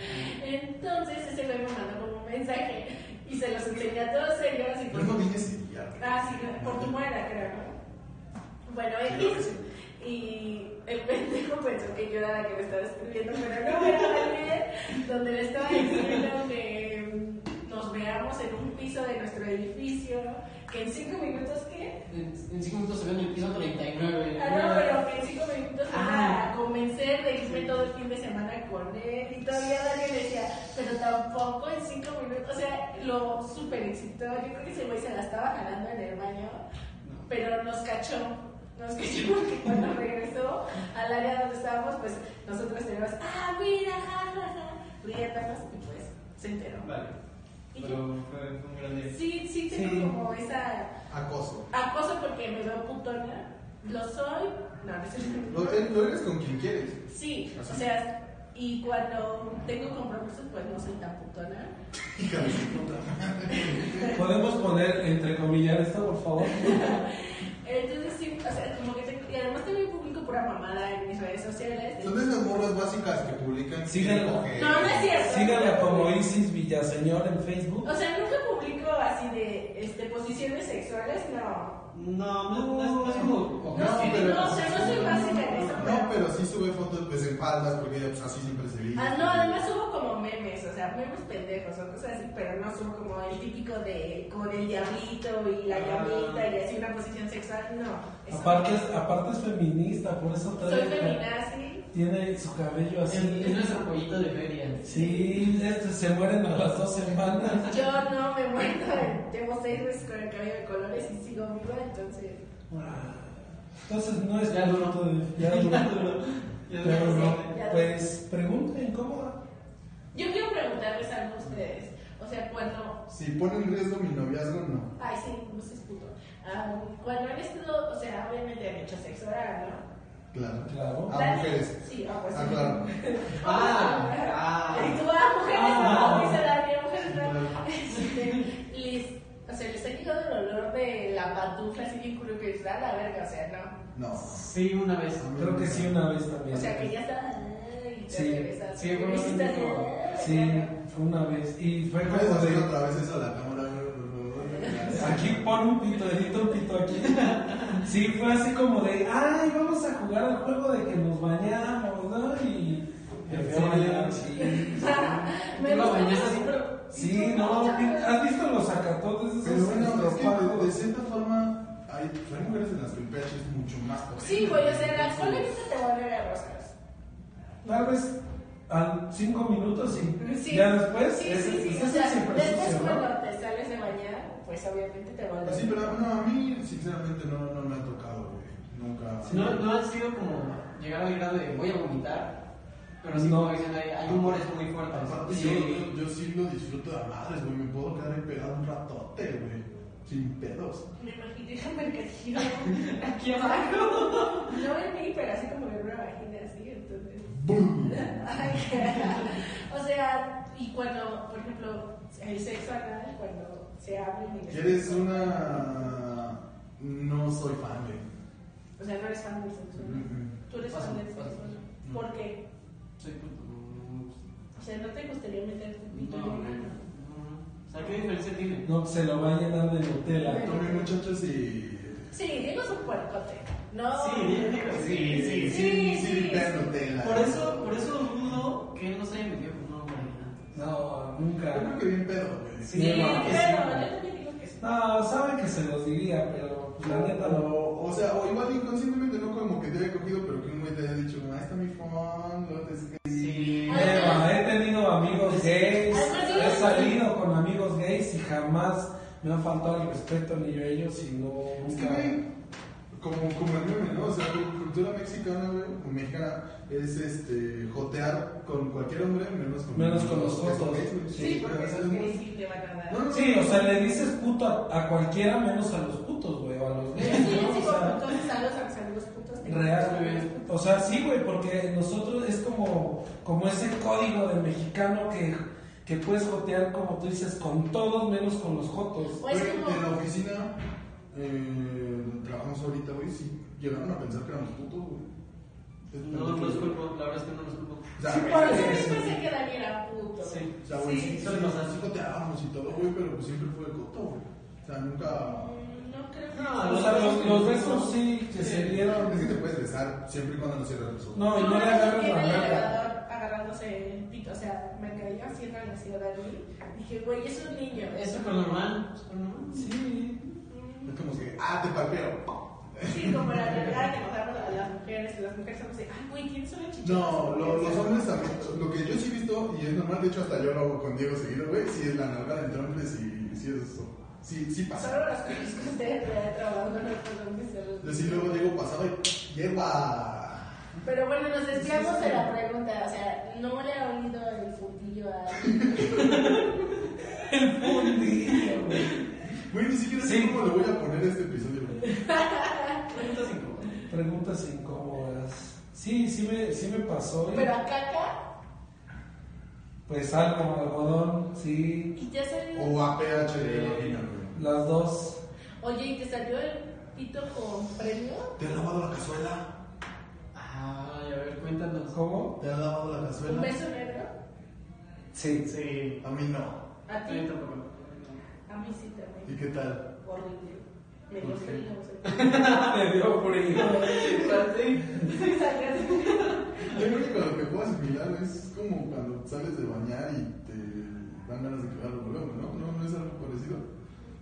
Speaker 3: Entonces ese güey me mandó como un mensaje y se los enseñé a todos ellos y
Speaker 1: Pero no tiene sillar.
Speaker 3: Ah, sí, no, por tu muera, creo, ¿no? Bueno, X. Y el pendejo pensó que yo era la que me estaba escribiendo, pero no era alguien donde le estaba diciendo que mm, nos veamos en un piso de nuestro edificio, que en cinco minutos, ¿qué?
Speaker 4: En 5 minutos se ve en el piso 39.
Speaker 3: Ah, no, pero que en cinco minutos
Speaker 4: Ah.
Speaker 3: ah. comencé, le hice todo el fin de semana con él y todavía Daniel decía, pero tampoco en cinco minutos, o sea, lo super excitó, yo creo que ese güey se la estaba jalando en el baño, pero nos cachó, nos cachó porque cuando regresó al área donde estábamos, pues nosotros teníamos, ah, mira, jajaja, riéndonos y pues se enteró.
Speaker 4: Vale.
Speaker 3: ¿Y
Speaker 4: Pero fue fue un gran día.
Speaker 3: Sí, sí tengo
Speaker 2: Sí.
Speaker 3: como esa
Speaker 1: Acoso.
Speaker 3: acoso porque me veo putona, lo soy, no, no es cierto.
Speaker 1: Lo, eh, lo eres con quien quieres.
Speaker 3: Sí, o sea, y cuando tengo compromisos, pues no soy tan putona.
Speaker 1: Hija de su puta.
Speaker 2: ¿Podemos poner entre comillas esto, por favor?
Speaker 3: Entonces, sí, o sea, como que tengo. Y además también publico pura mamada en mis redes sociales.
Speaker 1: Son de esas morras básicas que publican.
Speaker 2: Síganlo.
Speaker 1: que-
Speaker 3: No, no es cierto.
Speaker 2: Síganla como Isis Villaseñor en Facebook.
Speaker 3: O sea, nunca publico así de este, posiciones sexuales, no.
Speaker 4: No, no, no, es- no es
Speaker 1: No,
Speaker 4: como.
Speaker 1: pero-
Speaker 3: No, o sea, no soy básica en eso,
Speaker 1: No,
Speaker 3: pero.
Speaker 1: pero sí sube fotos pues en faldas porque ella pues así siempre se viste.
Speaker 3: Ah, no, además subo como memes, o sea, memes pendejos o cosas así, pero no subo como el típico de con el diablito y la
Speaker 4: Ah.
Speaker 3: llamita y así una posición sexual, no. eso
Speaker 2: Aparte
Speaker 3: no.
Speaker 2: es, aparte es feminista, por eso
Speaker 3: Soy
Speaker 2: trae-
Speaker 3: feminazi.
Speaker 2: Tiene su cabello
Speaker 4: Es, es
Speaker 2: así.
Speaker 4: nuestro pollito de feria.
Speaker 2: Sí, este, se mueren a las dos semanas.
Speaker 3: Yo no me muerto, llevo seis meses con el cabello de colores y sigo viva, entonces.
Speaker 2: Ah, Entonces no es
Speaker 4: Ya duró.
Speaker 2: producto de- ya duró.
Speaker 4: Ya duró. Ya
Speaker 2: Pero
Speaker 4: duró.
Speaker 2: no,
Speaker 3: Ya.
Speaker 2: pues pregunten cómo.
Speaker 3: Yo quiero preguntarles algo a ustedes. O sea, cuando.
Speaker 1: Si pone en riesgo mi noviazgo, no.
Speaker 3: Ay, sí, no seas puto. Ah, cuando han estado, o sea, obviamente han hecho sexo oral, ¿no?
Speaker 1: Claro.
Speaker 2: Claro.
Speaker 1: A
Speaker 3: Dani,
Speaker 1: mujeres.
Speaker 3: Sí, ah, pues.
Speaker 1: Ah, claro.
Speaker 4: Ah, ah.
Speaker 3: Y tú, ah, mujeres,
Speaker 4: Ah.
Speaker 3: no, dice Dani, a mujeres, no.
Speaker 1: Claro.
Speaker 3: Este, les, o sea, les ha llegado el olor de la pantufla, así que creo que está la verga, o sea, no.
Speaker 1: No.
Speaker 4: Sí, una vez.
Speaker 2: Creo que sí, una vez también.
Speaker 3: O sea, que ya está. ay, te
Speaker 2: Sí,
Speaker 3: regresas,
Speaker 4: sí, fue
Speaker 3: y
Speaker 4: un
Speaker 3: estás,
Speaker 4: tipo-
Speaker 3: ay,
Speaker 2: Sí, fue una vez. Y fue
Speaker 1: ¿Puedes
Speaker 2: como
Speaker 1: hacer
Speaker 2: de.
Speaker 1: otra vez eso a la cámara?
Speaker 2: Aquí pon un pito, edita un pito aquí. Sí, fue así como de. Ay, vamos a jugar al juego de que nos bañamos, ¿no? Y.
Speaker 4: Me
Speaker 2: y
Speaker 4: fui
Speaker 2: se
Speaker 4: a bañar.
Speaker 2: bañaron, sí.
Speaker 4: ¿Tú la bañaste así, pero.
Speaker 2: Sí, no. ¿Has visto los acatotes
Speaker 1: Pero
Speaker 2: esos?
Speaker 1: bueno, es que de,
Speaker 2: Los pues.
Speaker 1: de cierta forma, hay, hay mujeres en las que el pH es muy mucho más potente.
Speaker 3: Sí, güey, o sea, la cola nunca te vuelve a rosas.
Speaker 2: Tal vez a cinco minutos y
Speaker 3: Sí.
Speaker 2: ya después.
Speaker 3: Sí,
Speaker 2: es-
Speaker 3: sí, sí.
Speaker 2: pues
Speaker 3: O
Speaker 2: es
Speaker 3: sea,
Speaker 2: siempre
Speaker 3: después
Speaker 2: sucio, ¿no?
Speaker 3: cuando te sales de bañar, pues obviamente te vuelve.
Speaker 1: Sí, pero no, a mí sinceramente no, no me ha tocado, güey. Nunca.
Speaker 4: No, no ha sido como llegar al grado de voy a vomitar, pero sí como dicen, hay, hay humores muy fuertes.
Speaker 1: Aparte,
Speaker 4: Sí.
Speaker 1: yo, yo sí lo disfruto de a madres, güey. Me puedo quedar ahí pegado un ratote, güey. Sin pedos.
Speaker 3: Me imagino, déjame que giro
Speaker 4: Aquí abajo.
Speaker 3: No en mí, pero así como en una vagina así, entonces.
Speaker 1: ¡Bum!
Speaker 3: Ay, qué- o sea, y cuando, por ejemplo, el sexo anal, cuando se abre y
Speaker 1: ¿Quieres una.? No soy fan, güey.
Speaker 3: O sea, no eres fan del sexo anal.
Speaker 1: Ujú.
Speaker 3: Tú eres fan del sexo
Speaker 4: Paso,
Speaker 3: anal.
Speaker 1: paso.
Speaker 3: ¿Por qué?
Speaker 4: Soy puto.
Speaker 3: O sea, ¿no te gustaría meterte un pito
Speaker 4: No,
Speaker 3: en
Speaker 4: no,
Speaker 3: una?
Speaker 4: no. O sea, ¿qué diferencia tiene?
Speaker 2: No, se lo va a llenar de Nutella.
Speaker 1: Tomen muchachos y.
Speaker 3: Sí, Diego es un puercote. No.
Speaker 4: Sí, Diego, sí, sí,
Speaker 3: sí, sí.
Speaker 1: pero Nutella.
Speaker 4: Por eso, por eso dudo que él no se haya metido con una mujer.
Speaker 2: No,
Speaker 1: Yo creo
Speaker 2: nunca.
Speaker 1: que bien pedo, güey.
Speaker 3: Sí,
Speaker 2: Sí,
Speaker 3: pero
Speaker 2: no, que
Speaker 3: yo también digo que sí.
Speaker 2: No, saben que se los diría, pero pues, la neta no.
Speaker 1: O, o sea, o igual inconscientemente no como que te haya cogido, pero que un güey te haya dicho, ah, está mi phone, luego te escribí.
Speaker 4: Sí.
Speaker 2: Eva, he tenido amigos gays,
Speaker 3: Además, yo-
Speaker 2: he salido con amigos gays y jamás me ha faltado el respeto ni yo a ellos y no
Speaker 1: Es que,
Speaker 2: nunca.
Speaker 1: güey, como, como el meme, ¿no? O sea, la cultura mexicana, güey, o mexicana, es este, jotear con cualquier hombre, menos con,
Speaker 2: Menos con los
Speaker 1: que son
Speaker 2: otros.
Speaker 1: gays, güey.
Speaker 3: Sí, porque
Speaker 1: pero eso
Speaker 3: esos
Speaker 1: es muy-
Speaker 3: gays sí te van a dar.
Speaker 1: No, no,
Speaker 2: Sí, o sea, le dices puto a, a cualquiera menos a los putos, güey, o a los
Speaker 3: Sí,
Speaker 2: gays,
Speaker 3: sí,
Speaker 2: ¿no? O sea,
Speaker 3: entonces a los amigos putos te
Speaker 2: Real, güey. O sea, sí, güey, porque nosotros es como, como ese código de mexicano que, que puedes jotear, como tú dices, con todos menos con los jotos.
Speaker 3: O es
Speaker 1: Güey,
Speaker 3: como-
Speaker 1: En la oficina, eh, donde trabajamos ahorita, güey, sí, llegaron a pensar que éramos putos, güey. Es
Speaker 4: No pues,
Speaker 1: tan-
Speaker 4: los culpo, la verdad es que no los culpo.
Speaker 1: O sea,
Speaker 2: Sí,
Speaker 1: güey,
Speaker 3: Yo
Speaker 2: parece.
Speaker 3: también pensé que Dani era puto.
Speaker 4: Sí.
Speaker 1: O sea, güey, sí,
Speaker 4: Sí,
Speaker 1: sí,
Speaker 4: eso nos hace.
Speaker 1: sí joteábamos y todo, güey, pero pues siempre fue coto, güey. O sea, nunca...
Speaker 3: No creo que
Speaker 4: No,
Speaker 2: O sea, los, los besos sí que se dieron.
Speaker 1: Es que te puedes besar siempre y cuando no cierres los ojos.
Speaker 2: No, y no le agarras la verga.
Speaker 3: agarrándose el pito, o sea, me caí haciendo la ciudad de Dalí. Dije, güey, es un niño.
Speaker 4: Es súper normal. súper normal.
Speaker 2: Sí.
Speaker 1: Es como que, ah, te palpeo.
Speaker 3: Sí, como la realidad que nos damos a las mujeres, las mujeres somos de, ay, güey, ¿quién son las chichas?
Speaker 1: No, lo- los hombres también. Lo que yo sí he visto, y es normal, de hecho hasta yo lo hago con Diego seguido, güey, si es la nalga entre hombres y si es eso. Sí, sí
Speaker 3: Solo
Speaker 1: pasa.
Speaker 3: las cosas que ustedes le han trabajado no los hombres se los-
Speaker 1: Yo sí luego Diego pasaba y lleva.
Speaker 3: Pero bueno, nos desviamos de la pregunta, o sea, no le ha oído el fundillo a...
Speaker 2: El fundillo, güey.
Speaker 1: Güey, ni siquiera sé
Speaker 2: Sí.
Speaker 1: cómo le voy a poner este episodio, güey.
Speaker 4: Pregunta cinco.
Speaker 2: Preguntas incómodas. Sí, sí me, sí me pasó. y-
Speaker 3: Pero a caca,
Speaker 2: Pues algo, algodón, sí.
Speaker 3: y ya salió...
Speaker 1: O a pH de vagina, güey.
Speaker 2: Las dos.
Speaker 3: Oye, ¿y te salió el pito con premio?
Speaker 1: ¿Te ha lavado la cazuela?
Speaker 4: Ay, a ver, cuéntanos.
Speaker 2: ¿Cómo?
Speaker 1: ¿Te ha lavado la
Speaker 3: ¿Un
Speaker 1: cazuela?
Speaker 3: beso negro?
Speaker 2: Sí.
Speaker 4: Sí.
Speaker 1: A mí no.
Speaker 3: ¿A
Speaker 4: Sí,
Speaker 3: ti?
Speaker 4: tampoco.
Speaker 3: A mí sí
Speaker 1: ¿Y
Speaker 3: también.
Speaker 1: qué tal?
Speaker 3: Horrible. Me
Speaker 4: ¿Por
Speaker 3: dio
Speaker 4: qué?
Speaker 3: frío.
Speaker 2: Me dio frío.
Speaker 4: Sí.
Speaker 1: Yo creo que con lo que puedo asimilar es como cuando sales de bañar y te dan ganas de quedar luego, luego, ¿no? ¿no? No es algo parecido.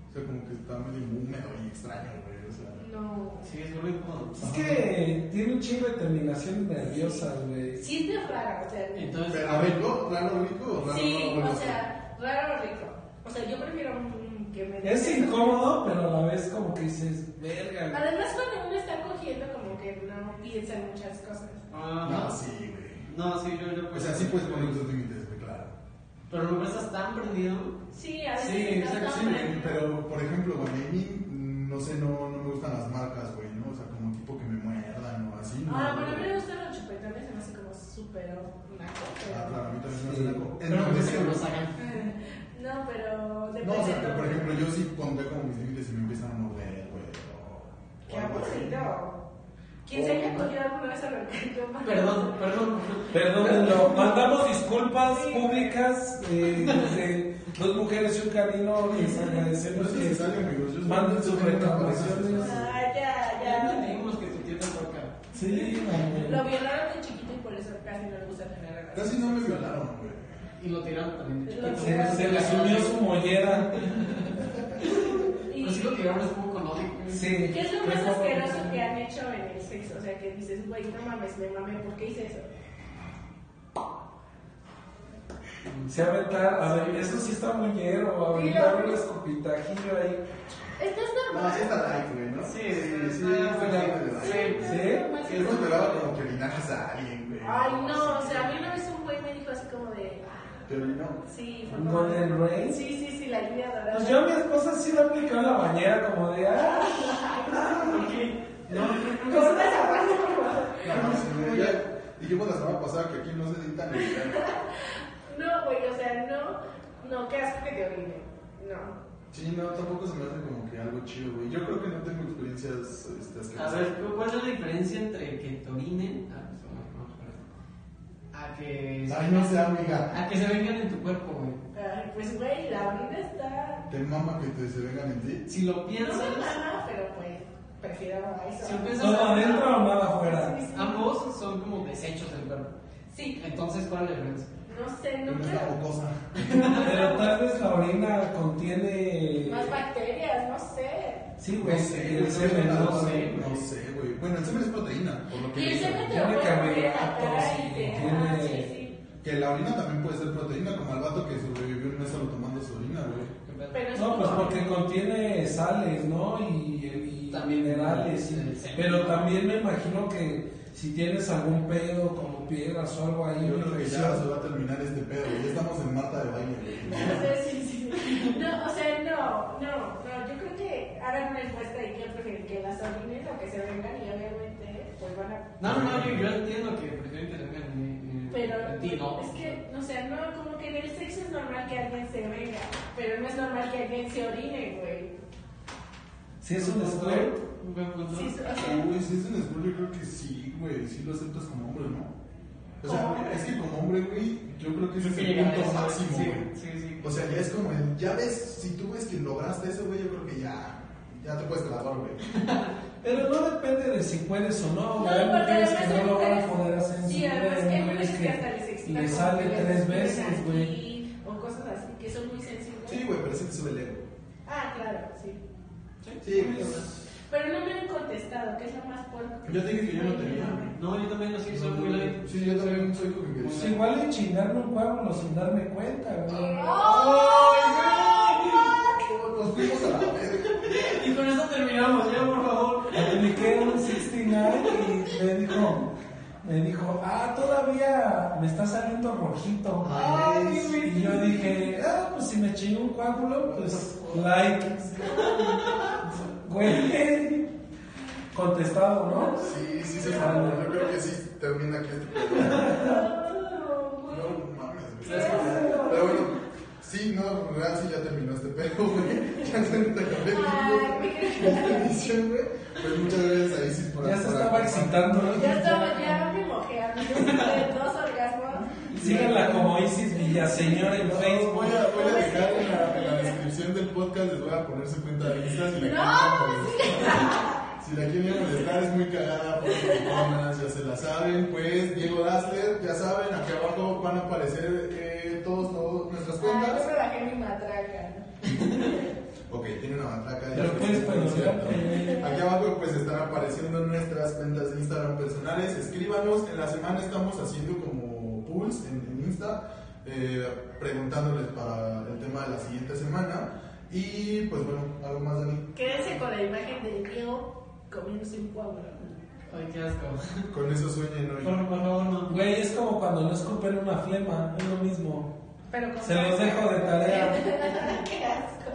Speaker 1: O sea, como que está medio húmedo y extraño, güey. O sea,
Speaker 3: No.
Speaker 4: Sí, es muy incómodo.
Speaker 2: Es que tiene un chingo de terminaciones nerviosas, güey.
Speaker 3: Sí es de raro, o sea.
Speaker 4: Entonces,
Speaker 1: pero rico, raro, rico o raro,
Speaker 3: Sí,
Speaker 1: raro, bueno,
Speaker 3: o sea, raro o rico. O sea, yo prefiero mm, que me...
Speaker 2: Es incómodo, pero a la vez como que dices, verga, güey.
Speaker 3: Además, cuando uno está cogiendo, como que no piensa en muchas cosas.
Speaker 4: Ah,
Speaker 1: No, sí, güey.
Speaker 4: No, sí, yo, yo
Speaker 1: O sea, sí pues, puedes poner tus límites, güey, claro.
Speaker 4: Pero no estás tan perdido.
Speaker 3: Sí, a veces
Speaker 4: Sí,
Speaker 3: estás
Speaker 4: exacto,
Speaker 3: tan
Speaker 4: sí,
Speaker 3: prendido.
Speaker 1: Pero, por ejemplo, güey, a mí, mm, no sé, no, no me gustan las marcas, güey, ¿no? O sea, como tipo que me muerdan o así. ¿no?
Speaker 3: Ah, bueno, a mí me gustan los chupetones, se me hace como súper naco,
Speaker 1: Ah,
Speaker 3: pero...
Speaker 1: claro, a mí también me
Speaker 2: Sí.
Speaker 4: Eh,
Speaker 1: gusta. como-
Speaker 4: Pero no
Speaker 1: Entonces,
Speaker 4: es que lo sacan.
Speaker 3: No, pero...
Speaker 1: No, o
Speaker 3: depende
Speaker 1: sea,
Speaker 3: de
Speaker 1: pero, por
Speaker 3: todo.
Speaker 1: ejemplo, yo sí pondré como mis límites y me empiezan a morder, güey. o-
Speaker 3: Qué
Speaker 1: o algo así.
Speaker 3: aburrido.
Speaker 1: Oh,
Speaker 3: ¿Quién se haya cogido alguna vez a lo que yo más?
Speaker 4: Perdón, perdón.
Speaker 2: Perdónenlo, mandamos disculpas públicas eh, desde dos mujeres y un canino. Les
Speaker 1: Pero
Speaker 2: agradecemos
Speaker 1: es
Speaker 2: que
Speaker 1: necesario, amigos. Yo
Speaker 2: manden sus
Speaker 1: solamente tengo una
Speaker 2: reclamaciones.
Speaker 1: persona.
Speaker 3: Ah, ya,
Speaker 4: Ya
Speaker 3: ya.
Speaker 4: entendimos que tu tío te toca.
Speaker 2: Sí, güey.
Speaker 3: Lo violaron de chiquito y por eso casi no le gusta tener relaciones.
Speaker 1: Casi no me violaron, güey.
Speaker 4: Y lo tiraron también. de chiquito.
Speaker 2: se, se le subió su mollera.
Speaker 4: Pero sí lo
Speaker 3: ¿Y
Speaker 4: tiraron, es como con odio.
Speaker 2: Sí.
Speaker 3: qué es lo más
Speaker 2: Fue como-
Speaker 3: asqueroso que han hecho en o sea, que dices, güey, no mames, me mamé, ¿por qué hice eso?
Speaker 2: Se aventar, a ver, eso sí está muy hierro, aventar un escupitajillo ahí.
Speaker 3: Esto es
Speaker 1: No,
Speaker 3: normal.
Speaker 1: sí está light, güey, ¿no?
Speaker 4: Sí, sí, sí.
Speaker 1: Sí.
Speaker 2: ¿Sí?
Speaker 1: Sí, hemos esperado como que orinaras a alguien, güey.
Speaker 3: Ay, no, o sea, a mí una vez un güey me dijo así como de, ah,
Speaker 1: Te orinó.
Speaker 3: sí, fue
Speaker 2: ¿Un
Speaker 3: como-
Speaker 2: Golden Rain?
Speaker 3: Sí, sí, sí, la línea dorada.
Speaker 2: Pues yo a mi esposa sí la aplicaba en la bañera, como de, ah,
Speaker 3: Con una zapata, por favor.
Speaker 1: No, no, sí, güey, ya dijimos la semana pasada que aquí no se dictan orinar.
Speaker 3: No, güey, o sea, no, no, qué asco que te orine. No.
Speaker 1: Sí, no, tampoco se me hace como que algo chido, güey. Yo creo que no tengo experiencias este,
Speaker 4: A
Speaker 1: asquerosas.
Speaker 4: ver, ¿cu- ¿cuál es la diferencia entre que te orinen ah, pues, vamos, vamos por esto. a que
Speaker 1: Ay, no sé, amiga.
Speaker 4: a que se vengan en tu cuerpo, güey?
Speaker 3: Ay, pues, güey, la orina está.
Speaker 1: Te mama que te se vengan en ti.
Speaker 4: Si lo
Speaker 3: No
Speaker 4: piensas,
Speaker 3: me mama, pero pues, prefiero a eso.
Speaker 4: si lo piensas,
Speaker 2: todo adentro o
Speaker 4: ambos-
Speaker 2: nada afuera.
Speaker 3: Sí, sí.
Speaker 4: ambos son como desechos del cuerpo.
Speaker 3: Sí,
Speaker 4: Entonces, ¿cuál es la diferencia?
Speaker 3: no sé,
Speaker 1: No es la
Speaker 3: nunca.
Speaker 1: bocosa.
Speaker 2: Pero tal vez la orina contiene.
Speaker 3: Más bacterias, no sé.
Speaker 2: Sí,
Speaker 1: No
Speaker 2: güey,
Speaker 1: sé,
Speaker 2: el
Speaker 1: güey,
Speaker 2: semen, no
Speaker 1: no
Speaker 2: sé.
Speaker 1: sé, no sé, güey. Bueno, el semen es proteína, por lo que
Speaker 3: Y el
Speaker 1: dice,
Speaker 3: semen
Speaker 1: güey.
Speaker 3: te
Speaker 2: Yo
Speaker 3: lo
Speaker 2: me
Speaker 3: puedes
Speaker 2: cagué
Speaker 3: poner en la
Speaker 2: gatos
Speaker 3: cara
Speaker 2: y
Speaker 3: y te.
Speaker 2: tiene-
Speaker 3: Ah, sí, sí.
Speaker 1: Que la orina también puede ser proteína, como el vato que sobrevivió un mes solo tomando su orina, güey.
Speaker 4: ¿Qué pedo?
Speaker 3: Pero es
Speaker 2: No,
Speaker 3: como-
Speaker 2: pues porque contiene sales, ¿no? Y, y
Speaker 4: También.
Speaker 2: minerales. y-
Speaker 4: El semen.
Speaker 2: pero también me imagino que si tienes algún pedo como piedras o algo ahí,
Speaker 1: Yo creo que ya se
Speaker 2: infección,
Speaker 1: va a terminar este pedo, güey. Ya estamos en Marta de baile, güey.
Speaker 3: Entonces, sí, sí. No, o sea, no, no, no. Yo creo que hagan una encuesta de quién prefieren que las orines o que se vengan y obviamente pues van a.
Speaker 4: No, no, no, yo, yo entiendo que prefieren que se vengan en, en-
Speaker 3: Pero
Speaker 4: en ti, ¿no?
Speaker 3: es que, o sea, no, como que en el sexo es normal que alguien se venga, pero no es normal que alguien se orine, güey.
Speaker 2: si es un squirt,
Speaker 4: Un buen punto.
Speaker 3: Sí, o sea,
Speaker 1: Uy, si es un spoiler, yo creo que sí, güey. Sí lo aceptas como hombre, ¿no? O sea,
Speaker 3: Como-
Speaker 1: es que como hombre, güey, yo creo que ese
Speaker 4: Creo
Speaker 1: es
Speaker 4: que
Speaker 1: el
Speaker 4: llegar a
Speaker 1: punto
Speaker 4: eso,
Speaker 1: máximo,
Speaker 4: sí,
Speaker 1: güey.
Speaker 4: Sí, sí.
Speaker 1: O sea, ya es como el, ya ves, si tú ves que lograste eso, güey, yo creo que ya, ya te puedes clavar, güey.
Speaker 2: pero no depende de si puedes o no.
Speaker 3: No,
Speaker 2: güey. Hay
Speaker 3: porque
Speaker 2: mujeres que
Speaker 3: además
Speaker 2: no
Speaker 3: hay
Speaker 2: lo van a
Speaker 3: mujeres-
Speaker 2: poder hacer en
Speaker 3: sí,
Speaker 2: su vida,
Speaker 3: además que
Speaker 2: hay
Speaker 3: hay
Speaker 2: mujeres
Speaker 3: mujeres que hasta les
Speaker 2: que
Speaker 3: excitan
Speaker 2: le
Speaker 3: como
Speaker 2: sale
Speaker 3: que les
Speaker 2: tres
Speaker 3: ponen
Speaker 2: veces, güey.
Speaker 3: aquí, O cosas así, que son muy sensibles.
Speaker 1: Sí, güey, pero sí te sube el ego.
Speaker 3: Ah, claro, sí.
Speaker 1: Sí, güey.
Speaker 3: Pero no me han contestado, que es lo más puerco.
Speaker 1: Yo te dije que yo no tenía, güey.
Speaker 4: No, yo también así soy muy light.
Speaker 1: Sí, yo también soy como que...
Speaker 2: Pues igual de chingarme un cuerno sin darme cuenta, güey.
Speaker 1: Nos fuimos a la verga.
Speaker 4: Y con eso terminamos, ya, por favor.
Speaker 2: Apliqué un 69 y me dijo, me dijo, ah, todavía me está saliendo rojito.
Speaker 1: Ay, güey.
Speaker 2: y yo dije, ah, pues si me chingo un coágulo, pues like. Güey, contestado, ¿no?
Speaker 1: Sí, sí, sí, yo creo que sí termina aquí este pedo. No mames, güey. Pero bueno, sí, no, real sí ya terminó este pedo, güey. Ya se te acabé la edición, güey. Pues muchas gracias a Isis por
Speaker 2: Ya se
Speaker 1: por-
Speaker 2: estaba excitando. ¿no?
Speaker 3: Ya estaba, ya me mojé, amigos, de dos orgasmos.
Speaker 2: Síganla como Isis Villaseñor en
Speaker 1: No,
Speaker 2: Facebook.
Speaker 1: Voy a, voy a dejar en la, en la descripción del podcast, les voy a poner su cuenta de Insta si la quieren molestar. Si la quieren molestar, es muy cagada, porque personas ya se la saben. Pues Diego Dassler, ya saben, aquí abajo van a aparecer eh, todos, todos nuestras
Speaker 3: Ay,
Speaker 1: cuentas.
Speaker 3: yo me bajé mi matraca.
Speaker 1: Ok, tiene una matraca. ya
Speaker 2: Pero
Speaker 1: que
Speaker 2: puedes
Speaker 1: sí, por cierto.
Speaker 2: preguntar.
Speaker 1: Aquí abajo pues están apareciendo nuestras cuentas de Instagram personales. Escríbanos. En la semana estamos haciendo como pools en, en Insta, eh, preguntándoles para el tema de la siguiente semana. Y pues bueno, algo más de mí.
Speaker 3: Quédense con la imagen de Diego comiéndose un cuadro.
Speaker 4: Ay, qué asco.
Speaker 1: Con eso sueñen hoy.
Speaker 4: Por, por favor, no.
Speaker 2: Güey, es como cuando no escupen una flema, es lo mismo.
Speaker 3: Pero con
Speaker 2: Se los dejo de tarea.
Speaker 3: Qué asco.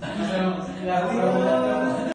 Speaker 4: Nos vemos.
Speaker 2: Adiós.